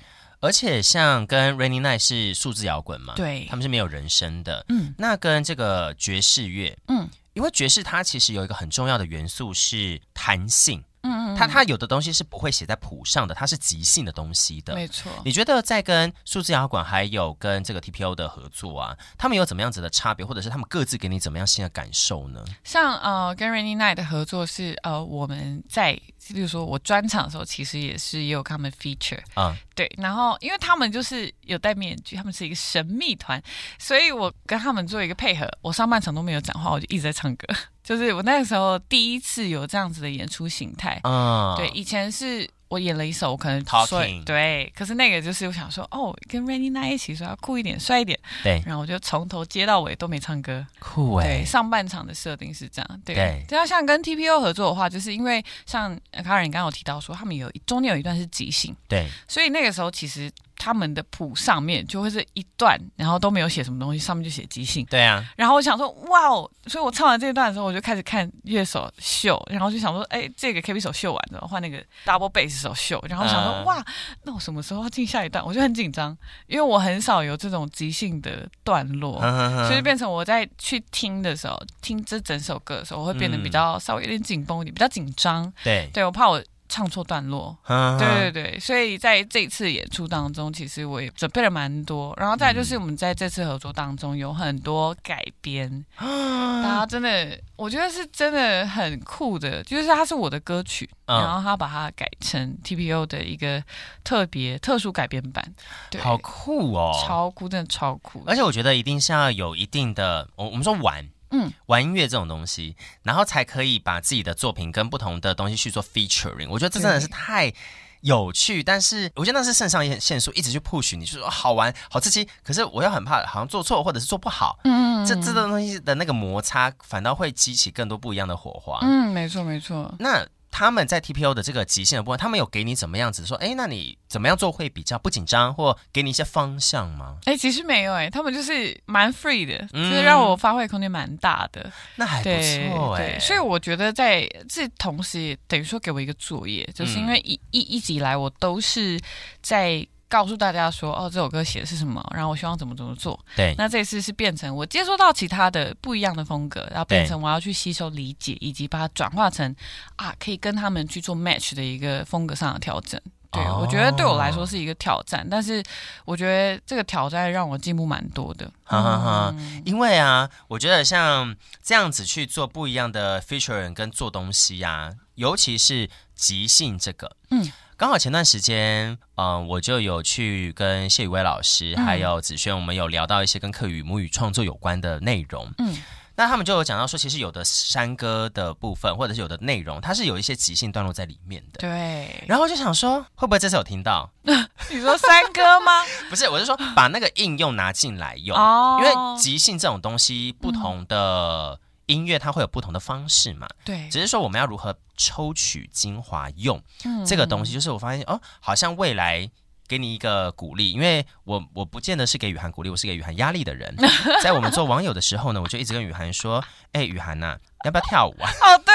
Speaker 2: 而且像跟 Rainy Night 是数字摇滚嘛，，
Speaker 3: 对
Speaker 2: 他，们是没有人声的。
Speaker 3: 嗯
Speaker 2: 那跟这个爵士乐，
Speaker 3: 嗯
Speaker 2: 因为爵士它其实有一个很重要的元素是弹性，
Speaker 3: 嗯嗯，
Speaker 2: 它它有的东西是不会写在谱上的，它是即兴的东西的。
Speaker 3: 没错。
Speaker 2: 你觉得在跟数字摇滚还有跟这个 TPO 的合作啊，他们有怎么样子的差别，或者是他们各自给你怎么样新的感受呢？
Speaker 3: 像呃跟 Rainy Night 的合作是呃我们在，例如说我专场的时候，其实也是也有跟他们 feature，
Speaker 2: 啊、
Speaker 3: 对，然后因为他们就是有戴面具，他们是一个神秘团，所以我跟他们做一个配合，我上半场都没有讲话，我就一直在唱歌， 就是我那个时候第一次有这样子的演出形态，
Speaker 2: 啊、
Speaker 3: 对，以前是。我演了一首，我可能
Speaker 2: Talking
Speaker 3: 说对，可是那个就是我想说，哦，跟 Rainy Night 一起说要酷一点、帅一点，
Speaker 2: 对，
Speaker 3: 然后我就从头接到尾都没唱歌，
Speaker 2: 酷
Speaker 3: 对，
Speaker 2: 哎、
Speaker 3: 上半场的设定是这样。对，
Speaker 2: 对
Speaker 3: 对啊，像跟 TPO 合作的话，就是因为像呃卡尔你刚刚有提到说，他们有一中间有一段是即兴，
Speaker 2: 对，
Speaker 3: 所以那个时候其实他们的谱上面就会是一段，然后都没有写什么东西，上面就写即兴。
Speaker 2: 对啊，
Speaker 3: 然后我想说，哇哦！所以我唱完这一段的时候，我就开始看乐手秀，然后就想说，哎，这个 K B 手秀完了，换那个 double bass 手秀，然后我想说，
Speaker 2: 嗯
Speaker 3: 哇，那我什么时候要进下一段？我就很紧张，因为我很少有这种即兴的段落。
Speaker 2: 嗯
Speaker 3: 所以变成我在去听的时候，听这整首歌的时候，我会变得比较稍微有点紧绷一点，比较紧张。
Speaker 2: 对，
Speaker 3: 对我怕我唱错段落。
Speaker 2: 对
Speaker 3: 对对对，所以在这一次演出当中，其实我也准备了蛮多，然后再来
Speaker 2: 嗯
Speaker 3: 就是我们在这次合作当中有很多改编，
Speaker 2: 嗯
Speaker 3: 大家真的，我觉得是真的很酷的，就是它是我的歌曲，
Speaker 2: 嗯
Speaker 3: 然后他把它改成 TPO 的一个特别特殊改编版，对，
Speaker 2: 好酷哦，哎
Speaker 3: 超酷，真的超酷，
Speaker 2: 而且我觉得一定是要有一定的，我我们说玩，
Speaker 3: 嗯，
Speaker 2: 玩音乐这种东西，然后才可以把自己的作品跟不同的东西去做 featuring。我觉得这真的是
Speaker 3: 对
Speaker 2: 太有趣，但是我觉得那是肾上腺腺素一直去 push 你，就是说好玩、好刺激。可是我又很怕，好像做错或者是做不好，
Speaker 3: 嗯
Speaker 2: 这这
Speaker 3: 嗯
Speaker 2: 种东西的那个摩擦，反倒会激起更多不一样的火花。
Speaker 3: 嗯，没错没错。
Speaker 2: 那他们在 TPO 的这个极限的部分，他们有给你怎么样子说，哎，那你怎么样做会比较不紧张，或给你一些方向吗？
Speaker 3: 哎、其实没有哎、他们就是蛮 free 的，
Speaker 2: 嗯
Speaker 3: 就是让我发挥空间蛮大的。
Speaker 2: 那还不
Speaker 3: 对
Speaker 2: 错哎、
Speaker 3: 对，所以我觉得在这同时也等于说给我一个作业，就是
Speaker 2: 嗯
Speaker 3: 因为一、一一直以来我都是在告诉大家说，哦，这首歌写的是什么，然后我希望怎么怎么做。
Speaker 2: 对
Speaker 3: 那这次是变成我接收到其他的不一样的风格，然后变
Speaker 2: 对
Speaker 3: 成我要去吸收理解，以及把它转化成啊，可以跟他们去做 match 的一个风格上的调整。对，
Speaker 2: 哦
Speaker 3: 我觉得对我来说是一个挑战，但是我觉得这个挑战让我进步蛮多的。
Speaker 2: 哈哈哈，
Speaker 3: 嗯
Speaker 2: 因为啊，我觉得像这样子去做不一样的 feature 跟做东西啊，尤其是即兴这个，
Speaker 3: 嗯，
Speaker 2: 刚好前段时间，嗯、我就有去跟谢宇威老师
Speaker 3: 嗯
Speaker 2: 还有子轩，我们有聊到一些跟课语母语创作有关的内容，
Speaker 3: 嗯。
Speaker 2: 那他们就有讲到说，其实有的山歌的部分，或者是有的内容，它是有一些即兴段落在里面的。
Speaker 3: 对，
Speaker 2: 然后我就想说，会不会这次有听到？
Speaker 3: 你说三哥吗？
Speaker 2: 不是，我是说把那个应用拿进来用。
Speaker 3: 哦
Speaker 2: 因为即兴这种东西，不同的音乐它会有不同的方式嘛，
Speaker 3: 对，
Speaker 2: 只是说我们要如何抽取精华用
Speaker 3: 嗯
Speaker 2: 这个东西，就是我发现哦，好像未来。给你一个鼓励，因为我我不见得是给雨涵鼓励，我是给雨涵压力 的人。在我们做网友的时候呢，我就一直跟雨涵说：“哎、雨涵呐、要不要跳舞啊
Speaker 3: 哦，对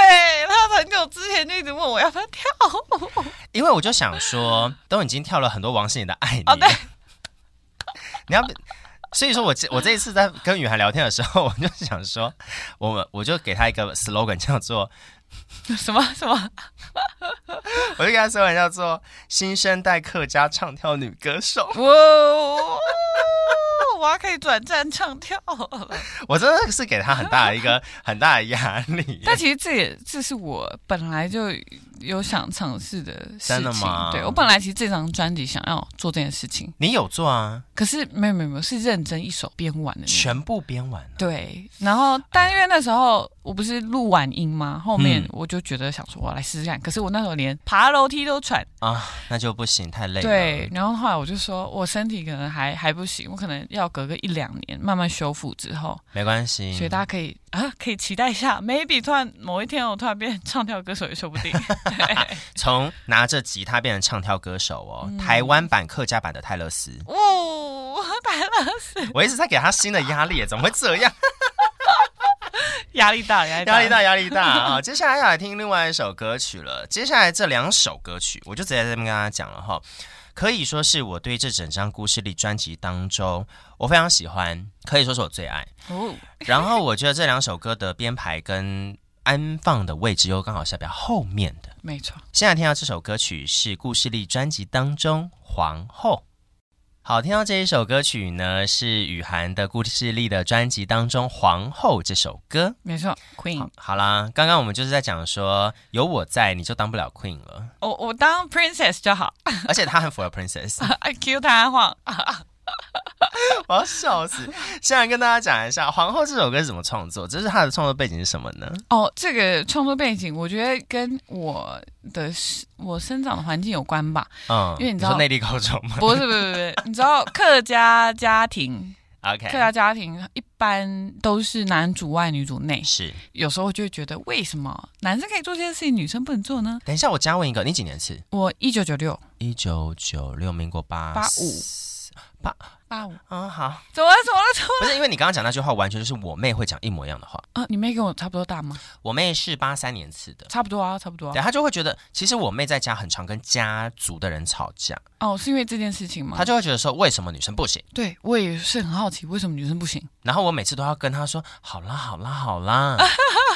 Speaker 3: 他很久之前就一直问我要不要跳 舞，？”
Speaker 2: 因为我就想 说，都已经跳了很多王心凌的《爱你》
Speaker 3: 哦对
Speaker 2: 你要不，所以说我这我这一次在跟雨涵聊天的时候，我就想说，我们我就给他一个 slogan 叫做，
Speaker 3: 什么什么，
Speaker 2: 我就给他 slogan 叫做“新生代客家唱跳女歌 手
Speaker 3: 哇哦， 我要可以转战 唱跳了。”，
Speaker 2: 我真的是给他很大的一个 很大的压力。
Speaker 3: 但其实这也这是我本来就有想尝试的事
Speaker 2: 真的
Speaker 3: 情
Speaker 2: 吗，
Speaker 3: 对我本来其实这张专辑想要做这件事情，
Speaker 2: 你有做啊？
Speaker 3: 可是没有没有没有是认真一手编完的那种。
Speaker 2: 全部编完了。
Speaker 3: 对，然后但因为那时候我不是录完音吗？后面
Speaker 2: 嗯
Speaker 3: 我就觉得想说我来试试看，可是我那时候连爬楼梯都喘，
Speaker 2: 啊，那就不行，太累了。
Speaker 3: 对，，然后后来我就说，我身体可能还还不行，我可能要隔个一两年慢慢修复之后，
Speaker 2: 没关系。
Speaker 3: 所以大家可以啊，可以期待一下，maybe 突然某一天我突然变唱跳歌手也说不 定。对，
Speaker 2: 从拿着吉他变成唱跳歌手哦，
Speaker 3: 嗯
Speaker 2: 台湾版客家版的泰勒斯，
Speaker 3: 哦，来了，
Speaker 2: 我一直在给他新的压力，怎么会这样？
Speaker 3: 压力大，压力大，
Speaker 2: 压力大，压力大啊！接下来要来听另外一首歌曲了。接下来这两首歌曲，我就直接在这边跟大家讲了哈，可以说是我对这整张故事力专辑当中，我非常喜欢，可以说是我最爱。
Speaker 3: 哦，
Speaker 2: 然后我觉得这两首歌的编排跟安放的位置又刚好是在比较后面的。
Speaker 3: 没错。
Speaker 2: 现在听到这首歌曲是故事力专辑当中《皇后》。好，听到这一首歌曲呢，是雨涵的故事力的专辑当中《皇后》这首歌。
Speaker 3: 没错，Queen，
Speaker 2: 好啦，刚刚我们就是在讲说，有我在，你就当不了 queen 了。
Speaker 3: 我我当 princess 就好
Speaker 2: 而且她很符合 princess，
Speaker 3: ，Q 弹簧，
Speaker 2: 我要笑死。现在跟大家讲一下《皇后》这首歌是怎么创作，这是她的创作背景是什么呢？
Speaker 3: 哦，这个创作背景，我觉得跟我的我生长的环境有关吧。
Speaker 2: 嗯，
Speaker 3: 因为你知道
Speaker 2: 说内地高中吗
Speaker 3: 不是不是不是，你知道客家家庭，客
Speaker 2: ？OK，
Speaker 3: 家家庭一般都是男主外女主内，
Speaker 2: 是。
Speaker 3: 有时候就会觉得为什么男生可以做这些事情，女生不能做呢？
Speaker 2: 等一下，我加问一个，你几年次？
Speaker 3: 我一九九六
Speaker 2: 一九九六，民国八
Speaker 3: 八五。八五，
Speaker 2: 嗯，好，
Speaker 3: 怎么了怎么了怎么了？
Speaker 2: 不是因为你刚刚讲那句话，完全就是我妹会讲一模一样的话。
Speaker 3: 啊，你妹跟我差不多大吗？
Speaker 2: 我妹是八三年次的，
Speaker 3: 差不多啊，差不多、
Speaker 2: 对，
Speaker 3: 啊。
Speaker 2: 她就会觉得，其实我妹在家很常跟家族的人吵架，
Speaker 3: 哦，是因为这件事情吗？
Speaker 2: 她就会觉得说，为什么女生不行？
Speaker 3: 对我也是很好奇，为什么女生不行？
Speaker 2: 然后我每次都要跟他说：“好啦，好啦，好 啦。”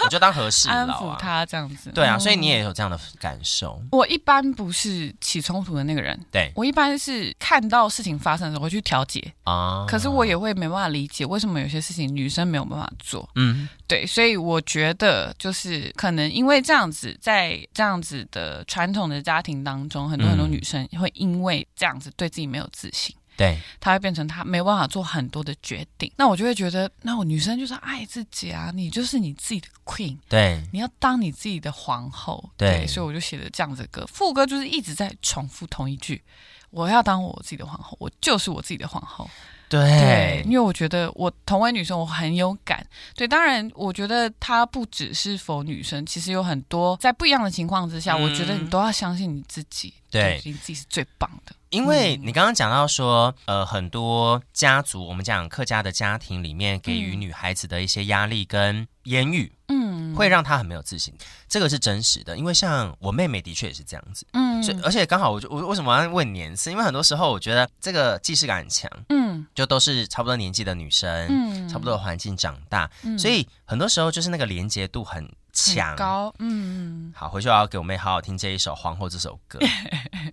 Speaker 2: 我就当和事
Speaker 3: 安
Speaker 2: 佬
Speaker 3: 抚
Speaker 2: 啊。
Speaker 3: 她这样子。
Speaker 2: 对啊，
Speaker 3: 嗯
Speaker 2: 所以你也有这样的感受，
Speaker 3: 我一般不是起冲突的那个人。
Speaker 2: 对
Speaker 3: 我一般是看到事情发生的时候会去调解，
Speaker 2: 啊。
Speaker 3: 可是我也会没办法理解为什么有些事情女生没有办法做。
Speaker 2: 嗯，
Speaker 3: 对，所以我觉得就是可能因为这样子，在这样子的传统的家庭当中，很多
Speaker 2: 嗯
Speaker 3: 很多女生会因为这样子对自己没有自信，
Speaker 2: 对，
Speaker 3: 她会变成她没有办法做很多的决定。那我就会觉得，那我女生就是爱自己啊，你就是你自己的 queen，
Speaker 2: 对，
Speaker 3: 你要当你自己的皇后。
Speaker 2: 对
Speaker 3: 所以我就写了这样子的歌，副歌就是一直在重复同一句：我要当我自己的皇后，我就是我自己的皇后。
Speaker 2: 对，
Speaker 3: 因为我觉得我同为女生，我很有感。对，当然，我觉得它不只是否女生，其实有很多在不一样的情况之下，
Speaker 2: 嗯
Speaker 3: 我觉得你都要相信你自己，
Speaker 2: 对
Speaker 3: 你自己是最棒的。
Speaker 2: 因
Speaker 3: 嗯
Speaker 2: 为你刚刚讲到说，呃，很多家族，我们讲客家的家庭里面给予
Speaker 3: 嗯
Speaker 2: 女孩子的一些压力跟言语，
Speaker 3: 嗯，
Speaker 2: 会让她很没有自信，这个是真实的。因为像我妹妹的确也是这样子，
Speaker 3: 嗯
Speaker 2: 所以而且刚好我就我为什么要问年次？因为很多时候我觉得这个既视感很强，
Speaker 3: 嗯
Speaker 2: 就都是差不多年纪的女生，
Speaker 3: 嗯
Speaker 2: 差不多的环境长大，
Speaker 3: 嗯
Speaker 2: 所以很多时候就是那个连接度很强
Speaker 3: 很。高，嗯
Speaker 2: 好，回去我要给我妹好好听这一首《皇后》这首 歌。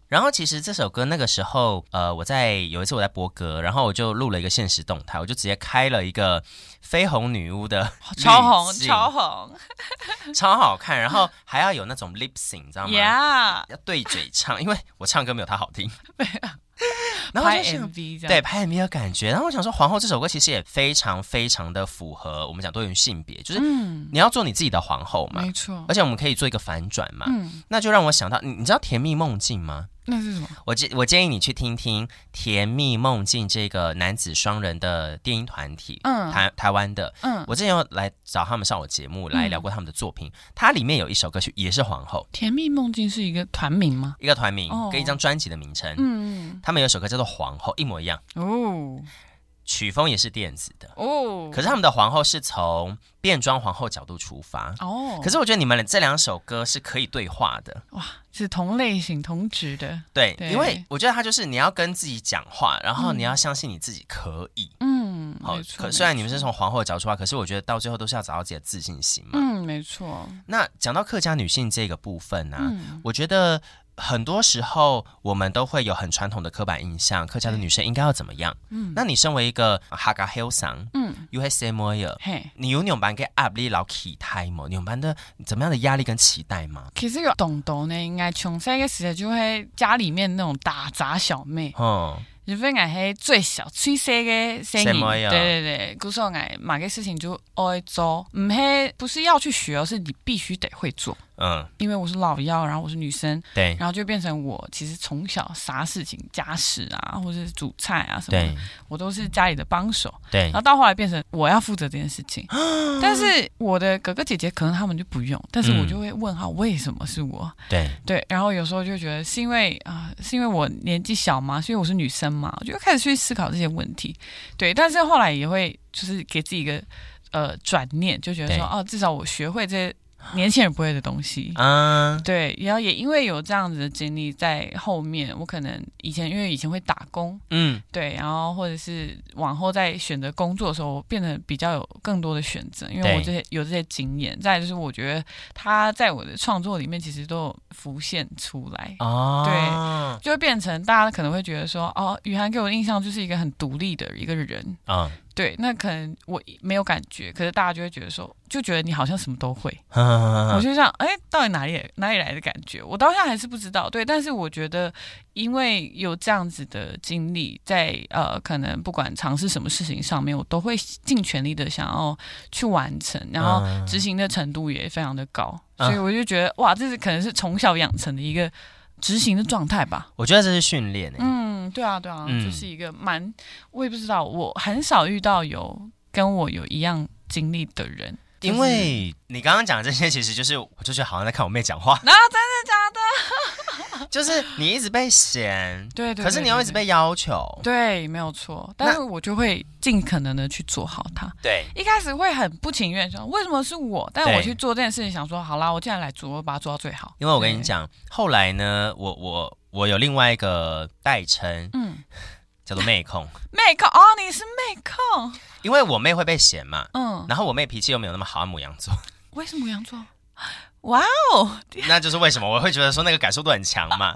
Speaker 2: 然后其实这首歌那个时候，呃，我在有一次我在播歌，然后我就录了一个现实动态，我就直接开了一个绯红女巫的
Speaker 3: 嗯超红
Speaker 2: 滤镜
Speaker 3: 超红
Speaker 2: 超好看，然后还要有那种 lip sync，你知道吗
Speaker 3: ，Yeah，
Speaker 2: 要对嘴唱，因为我唱歌没有她好 听。然后我
Speaker 3: 拍
Speaker 2: 就想
Speaker 3: MV 这样，
Speaker 2: 对，拍 MV 的感觉。然后我想说，《皇后》这首歌其实也非常非常的符合我们讲多元性别，就是
Speaker 3: 嗯，
Speaker 2: 你要做你自己的皇后嘛，
Speaker 3: 没错，
Speaker 2: 而且我们可以做一个反转嘛。
Speaker 3: 嗯，
Speaker 2: 那就让我想到，你你知道《甜蜜梦境》吗？
Speaker 3: 那是什么？
Speaker 2: 我建我建议你去听听《甜蜜梦境》这个男子双人的电音团体，
Speaker 3: 嗯
Speaker 2: 台台湾的。
Speaker 3: 嗯，
Speaker 2: 我之前有来找他们上我节目来聊过他们的作品，它里面有一首歌曲也是皇后，
Speaker 3: 甜蜜梦境是一个团名吗？
Speaker 2: 一个团名
Speaker 3: 哦
Speaker 2: 跟一张专辑的名称，
Speaker 3: 嗯，
Speaker 2: 他们有一首歌叫做《皇后》，一模一样，
Speaker 3: 哦
Speaker 2: 曲风也是电子的。
Speaker 3: 哦，
Speaker 2: 可是他们的皇后是从变装皇后角度出发，
Speaker 3: 哦，
Speaker 2: 可是我觉得你们这两首歌是可以对话的，
Speaker 3: 哇，是同类型同值的，
Speaker 2: 对，
Speaker 3: 对
Speaker 2: 因为我觉得它就是你要跟自己讲话，然后
Speaker 3: 嗯
Speaker 2: 你要相信你自己可以。
Speaker 3: 嗯，
Speaker 2: 好
Speaker 3: 没，错
Speaker 2: 可虽然你们
Speaker 3: 没
Speaker 2: 是
Speaker 3: 错
Speaker 2: 从皇后的角度出发，可是我觉得到最后都是要找到自己的自信心嘛。
Speaker 3: 嗯，没错，
Speaker 2: 那讲到客家女性这个部分啊呢、
Speaker 3: 嗯
Speaker 2: 我觉得很多时候我们都会有很传统的刻板印象，客家的女生应该要怎么样？
Speaker 3: 嗯
Speaker 2: 那你身为一个哈嘎 hill 桑
Speaker 3: 嗯，
Speaker 2: USA m o y e r
Speaker 3: 嘿，
Speaker 2: 你有你们班给 up 你老期待吗？你们班的怎么样的压力跟期待吗？
Speaker 3: 其实有懂懂呢，应该穷三个时代就会家里面那种打杂小妹，
Speaker 2: 哦，
Speaker 3: 日本爱黑最小最小个声
Speaker 2: 什
Speaker 3: 音，
Speaker 2: 么呀
Speaker 3: 对对对，古时候爱哪个事情就爱做，唔嘿，不是要去学，而是你必须得会做。
Speaker 2: 嗯，
Speaker 3: 因为我是老幺，然后我是女生，
Speaker 2: 对
Speaker 3: 然后就变成我其实从小啥事情家事啊，或者是煮菜啊什么
Speaker 2: 对
Speaker 3: 的，我都是家里的帮手。
Speaker 2: 对
Speaker 3: 然后到后来变成我要负责这件事情，但是我的哥哥姐姐可能他们就不用，但是我就会问号为什么是我？
Speaker 2: 对，
Speaker 3: 对，然后有时候就觉得是因为啊、是因为我年纪小嘛，所以我是女生嘛，我就开始去思考这些问题。对，但是后来也会就是给自己一个呃转念，就觉得说
Speaker 2: 对
Speaker 3: 哦，至少我学会这些年轻人不会的东西。
Speaker 2: 嗯，
Speaker 3: 对，然后也因为有这样子的经历，在后面我可能以前因为以前会打工，
Speaker 2: 嗯，
Speaker 3: 对，然后或者是往后在选择工作的时候，我变得比较有更多的选择，因为我
Speaker 2: 对
Speaker 3: 这些有这些经验。再来就是我觉得它在我的创作里面其实都有浮现出来，
Speaker 2: 哦，
Speaker 3: 就会变成大家可能会觉得说，哦，雨涵给我的印象就是一个很独立的一个人，
Speaker 2: 对，嗯，
Speaker 3: 对，那可能我没有感觉，可是大家就会觉得说，就觉得你好像什么都会。我
Speaker 2: 嗯
Speaker 3: 就想，哎，到底哪里哪里来的感觉？我到现在还是不知道。对，但是我觉得，因为有这样子的经历，在呃，可能不管尝试什么事情上面，我都会尽全力的想要去完成，然后
Speaker 2: 嗯
Speaker 3: 执行的程度也非常的高，
Speaker 2: 嗯
Speaker 3: 所以我就觉得，哇，这是可能是从小养成的一个执行的状态吧。
Speaker 2: 我觉得这是训练诶、欸
Speaker 3: 嗯，对啊，对啊，
Speaker 2: 嗯
Speaker 3: 就是一个蛮，我也不知道，我很少遇到有跟我有一样经历的人。就是
Speaker 2: 因为你刚刚讲的这些，其实就是我就觉得好像在看我妹讲话，
Speaker 3: 啊，真的假的？
Speaker 2: 就是你一直被嫌，
Speaker 3: 对对对
Speaker 2: 可是你又一直被要求，
Speaker 3: 对，没有错。但是我就会尽可能的去做好它。
Speaker 2: 对
Speaker 3: 一开始会很不情愿，说为什么是我？但
Speaker 2: 对
Speaker 3: 我去做这件事情，想说好啦，我既然来做，我把它做到最好。
Speaker 2: 因为我跟你
Speaker 3: 对，
Speaker 2: 讲，后来呢，我我我有另外一个代称
Speaker 3: 嗯，
Speaker 2: 叫做妹 控，
Speaker 3: 妹控哦，你是妹控，
Speaker 2: 因为我妹会被嫌嘛，
Speaker 3: 嗯，
Speaker 2: 然后我妹脾气又没有那么好，母羊 座，
Speaker 3: 为什么羊座？哇哦，
Speaker 2: 那就是为什么我会觉得说那个感受度很强嘛，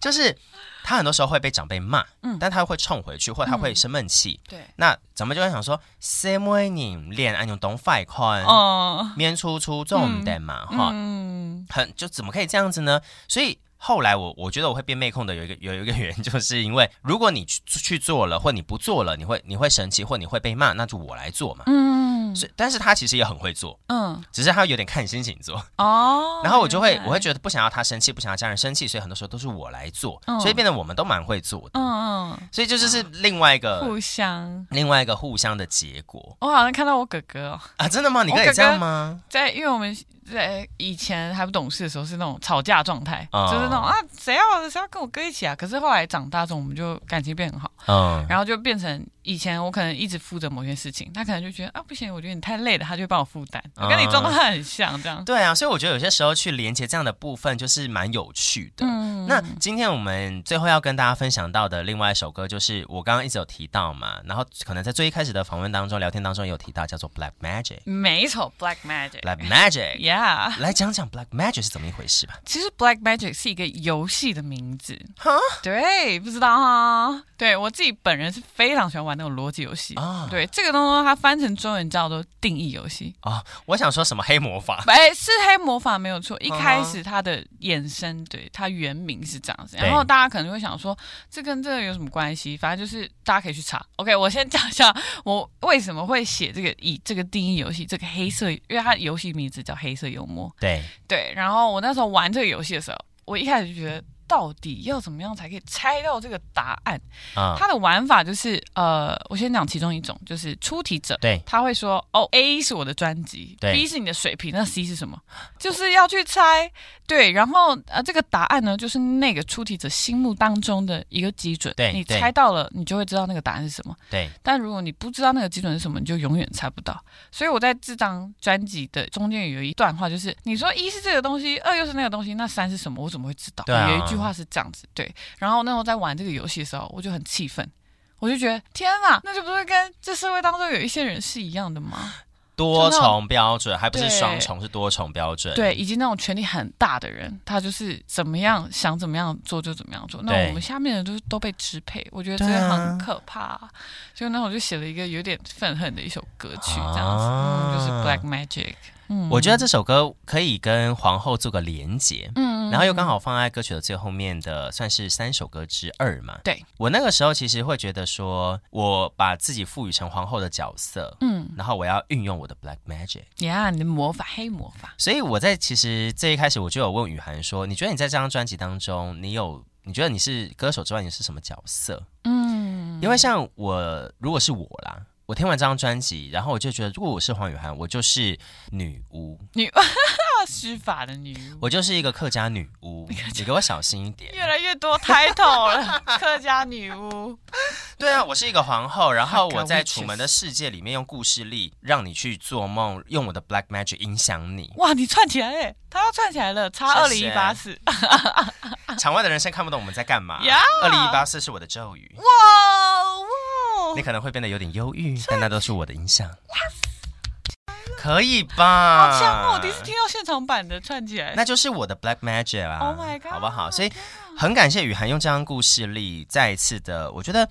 Speaker 2: 就是她很多时候会被长辈骂，
Speaker 3: 嗯
Speaker 2: 但她会冲回去，或她会生闷气，
Speaker 3: 对，
Speaker 2: 那长辈就会想说，什么你练安用懂快宽，
Speaker 3: 哦，
Speaker 2: 免出出重点嘛，哈、
Speaker 3: 嗯，
Speaker 2: 很就怎么可以这样子呢？所以后来我我觉得我会变妹控的有一个有一个原因， 就是因为如果你去去做了，或你不做了，你会你会生气，或你会被骂，那就我来做嘛。
Speaker 3: 嗯，
Speaker 2: 所以但是他其实也很会做，
Speaker 3: 嗯
Speaker 2: 只是他有点看心情做。
Speaker 3: 哦，
Speaker 2: 然后我就会
Speaker 3: 原，来
Speaker 2: 我会觉得不想要他生气，不想要家人生气，所以很多时候都是我来做，
Speaker 3: 嗯
Speaker 2: 所以变得我呃们都蛮会做的。
Speaker 3: 嗯嗯
Speaker 2: 所以这就是另外一个
Speaker 3: 互相。
Speaker 2: 另外一个互相的结果
Speaker 3: 我好像看到我哥哥哦，
Speaker 2: 啊！真的吗？你哥
Speaker 3: 我
Speaker 2: 也
Speaker 3: 哥
Speaker 2: 这样
Speaker 3: 哥
Speaker 2: 吗？
Speaker 3: 在因为我们在以前还不懂事的时候是那种吵架状态，
Speaker 2: 哦
Speaker 3: 就是那种啊谁要谁要跟我哥一起啊，可是后来长大之后我们就感情变很好，
Speaker 2: 嗯，
Speaker 3: 然后就变成以前我可能一直负责某件事情，他可能就觉得啊不行，我觉得你太累了，他就会帮我负担，我跟你状态很像这样。
Speaker 2: 啊对啊，所以我觉得有些时候去连接这样的部分，就是蛮有趣的。
Speaker 3: 嗯
Speaker 2: 那今天我们最后要跟大家分享到的另外一首歌，就是我刚刚一直有提到嘛，然后可能在最一开始的访问当中、聊天当中也有提到，叫做 Black Magic。
Speaker 3: 没错，Black Magic。
Speaker 2: Black Magic，
Speaker 3: Yeah，
Speaker 2: 来讲讲 Black Magic 是怎么一回事吧？
Speaker 3: 其实 Black Magic 是一个游戏的名字。
Speaker 2: 哈，
Speaker 3: 对，不知道哈。对我自己本人是非常喜欢玩那种逻辑游戏。
Speaker 2: 啊
Speaker 3: 对，这个东西它翻成中文叫做定义游戏。
Speaker 2: 哦，我想说什么黑魔法？
Speaker 3: 哎，是黑魔法没有错。一
Speaker 2: 嗯哼
Speaker 3: 开始它的衍生，对它原名是这样子。
Speaker 2: 对
Speaker 3: 然后大家可能会想说，这跟这个有什么关系？反正就是大家可以去查。OK，我先讲一下 我为什么会写这个以这个定义游戏，这个黑色，因为它游戏名字叫黑色幽默。
Speaker 2: 对，
Speaker 3: 对，然后我那时候玩这个游戏的时候，我一开始就觉得。到底要怎么样才可以猜到这个答案？
Speaker 2: 啊、
Speaker 3: 它的玩法就是，呃，我先讲其中一种，就是出题者，
Speaker 2: 对
Speaker 3: 他会说，哦，A 是我的专辑
Speaker 2: 对
Speaker 3: ，B 是你的水平，那 C 是什么？就是要去猜，对，然后呃，这个答案呢，就是那个出题者心目当中的一个基准，
Speaker 2: 对
Speaker 3: 你
Speaker 2: 对
Speaker 3: 猜到了，你就会知道那个答案是什么。
Speaker 2: 对，
Speaker 3: 但如果你不知道那个基准是什么，你就永远猜不到。所以我在这张专辑的中间有一段话，就是你说一是这个东西，二又是那个东西，那三是什么？我怎么会知道？
Speaker 2: 对啊
Speaker 3: 有一句话是这样子，对。然后那时候在玩这个游戏的时候，我就很气愤。我就觉得天哪，那就不是跟这社会当中有一些人是一样的吗？
Speaker 2: 多重标准，还不是
Speaker 3: 对
Speaker 2: 双重，是多重标准。
Speaker 3: 对，以及那种权力很大的人，他就是怎么样想怎么样做就怎么样做。那
Speaker 2: 对
Speaker 3: 我们下面的都都被支配，我觉得这
Speaker 2: 对啊
Speaker 3: 个很可怕、所以那我就写了一个有点愤恨的一首歌曲，这样子，
Speaker 2: 啊
Speaker 3: 嗯，就是 Black Magic。嗯，
Speaker 2: 我觉得这首歌可以跟皇后做个连结，
Speaker 3: 嗯，嗯
Speaker 2: 然后又刚好放在歌曲的最后面的，算是三首歌之二嘛。
Speaker 3: 对
Speaker 2: 我那个时候其实会觉得说，我把自己赋予成皇后的角色，
Speaker 3: 嗯，
Speaker 2: 然后我要运用我的 black magic。
Speaker 3: 呀，你的魔法，黑魔法，
Speaker 2: 所以我在其实这一开始我就有问雨涵说，你觉得你在这张专辑当中，你有你觉得你是歌手之外，你是什么角色？
Speaker 3: 嗯，
Speaker 2: 因为像我，如果是我啦，我听完这张专辑，然后我就觉得，如果我是黄雨涵，我就是女巫，
Speaker 3: 大施法的女巫。
Speaker 2: 我就是一个客家女 巫。你给我小心一点。
Speaker 3: 越来越 多 title 了，客家女巫，
Speaker 2: 对啊，我是一个皇后，然后
Speaker 3: Like a
Speaker 2: 我在《
Speaker 3: witches
Speaker 2: 楚门的世界》里面用故事力让你去做梦，用我的 black magic 影响你。
Speaker 3: 哇，你串起来哎，她要串起来了，差二零
Speaker 2: 谢
Speaker 3: 一
Speaker 2: 谢
Speaker 3: 八四，啊
Speaker 2: 场外的人生看不懂我们在干嘛。
Speaker 3: Yeah
Speaker 2: 二零一八四是我的咒语，
Speaker 3: 哦哇哇
Speaker 2: 你，可能会变得有点忧
Speaker 3: 嗯
Speaker 2: 郁，但那都是我的影响。可以吧？
Speaker 3: 好强哦！我第一次听到现场版的串起来。
Speaker 2: 那就是我的 Black Magic 啦、
Speaker 3: Oh my god，
Speaker 2: 好不好？所以很感谢雨涵用这张故事力再一次的，我觉得。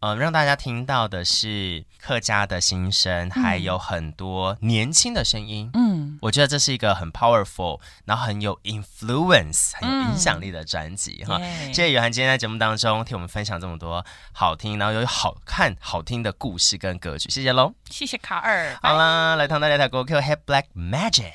Speaker 2: 呃，让大家听到的是客家的心声，还有很多年轻的声音。
Speaker 3: 嗯，
Speaker 2: 我觉得这是一个很 powerful，然后很有 influence、很有影响力的专辑、哈。
Speaker 3: 耶
Speaker 2: 谢谢雨涵今天在节目当中替我们分享这么多好听，然后有好看、好听的故事跟歌曲，谢谢喽。
Speaker 3: 谢谢卡尔，拜
Speaker 2: 好啦，来唐大家台国 Q Head Black Magic。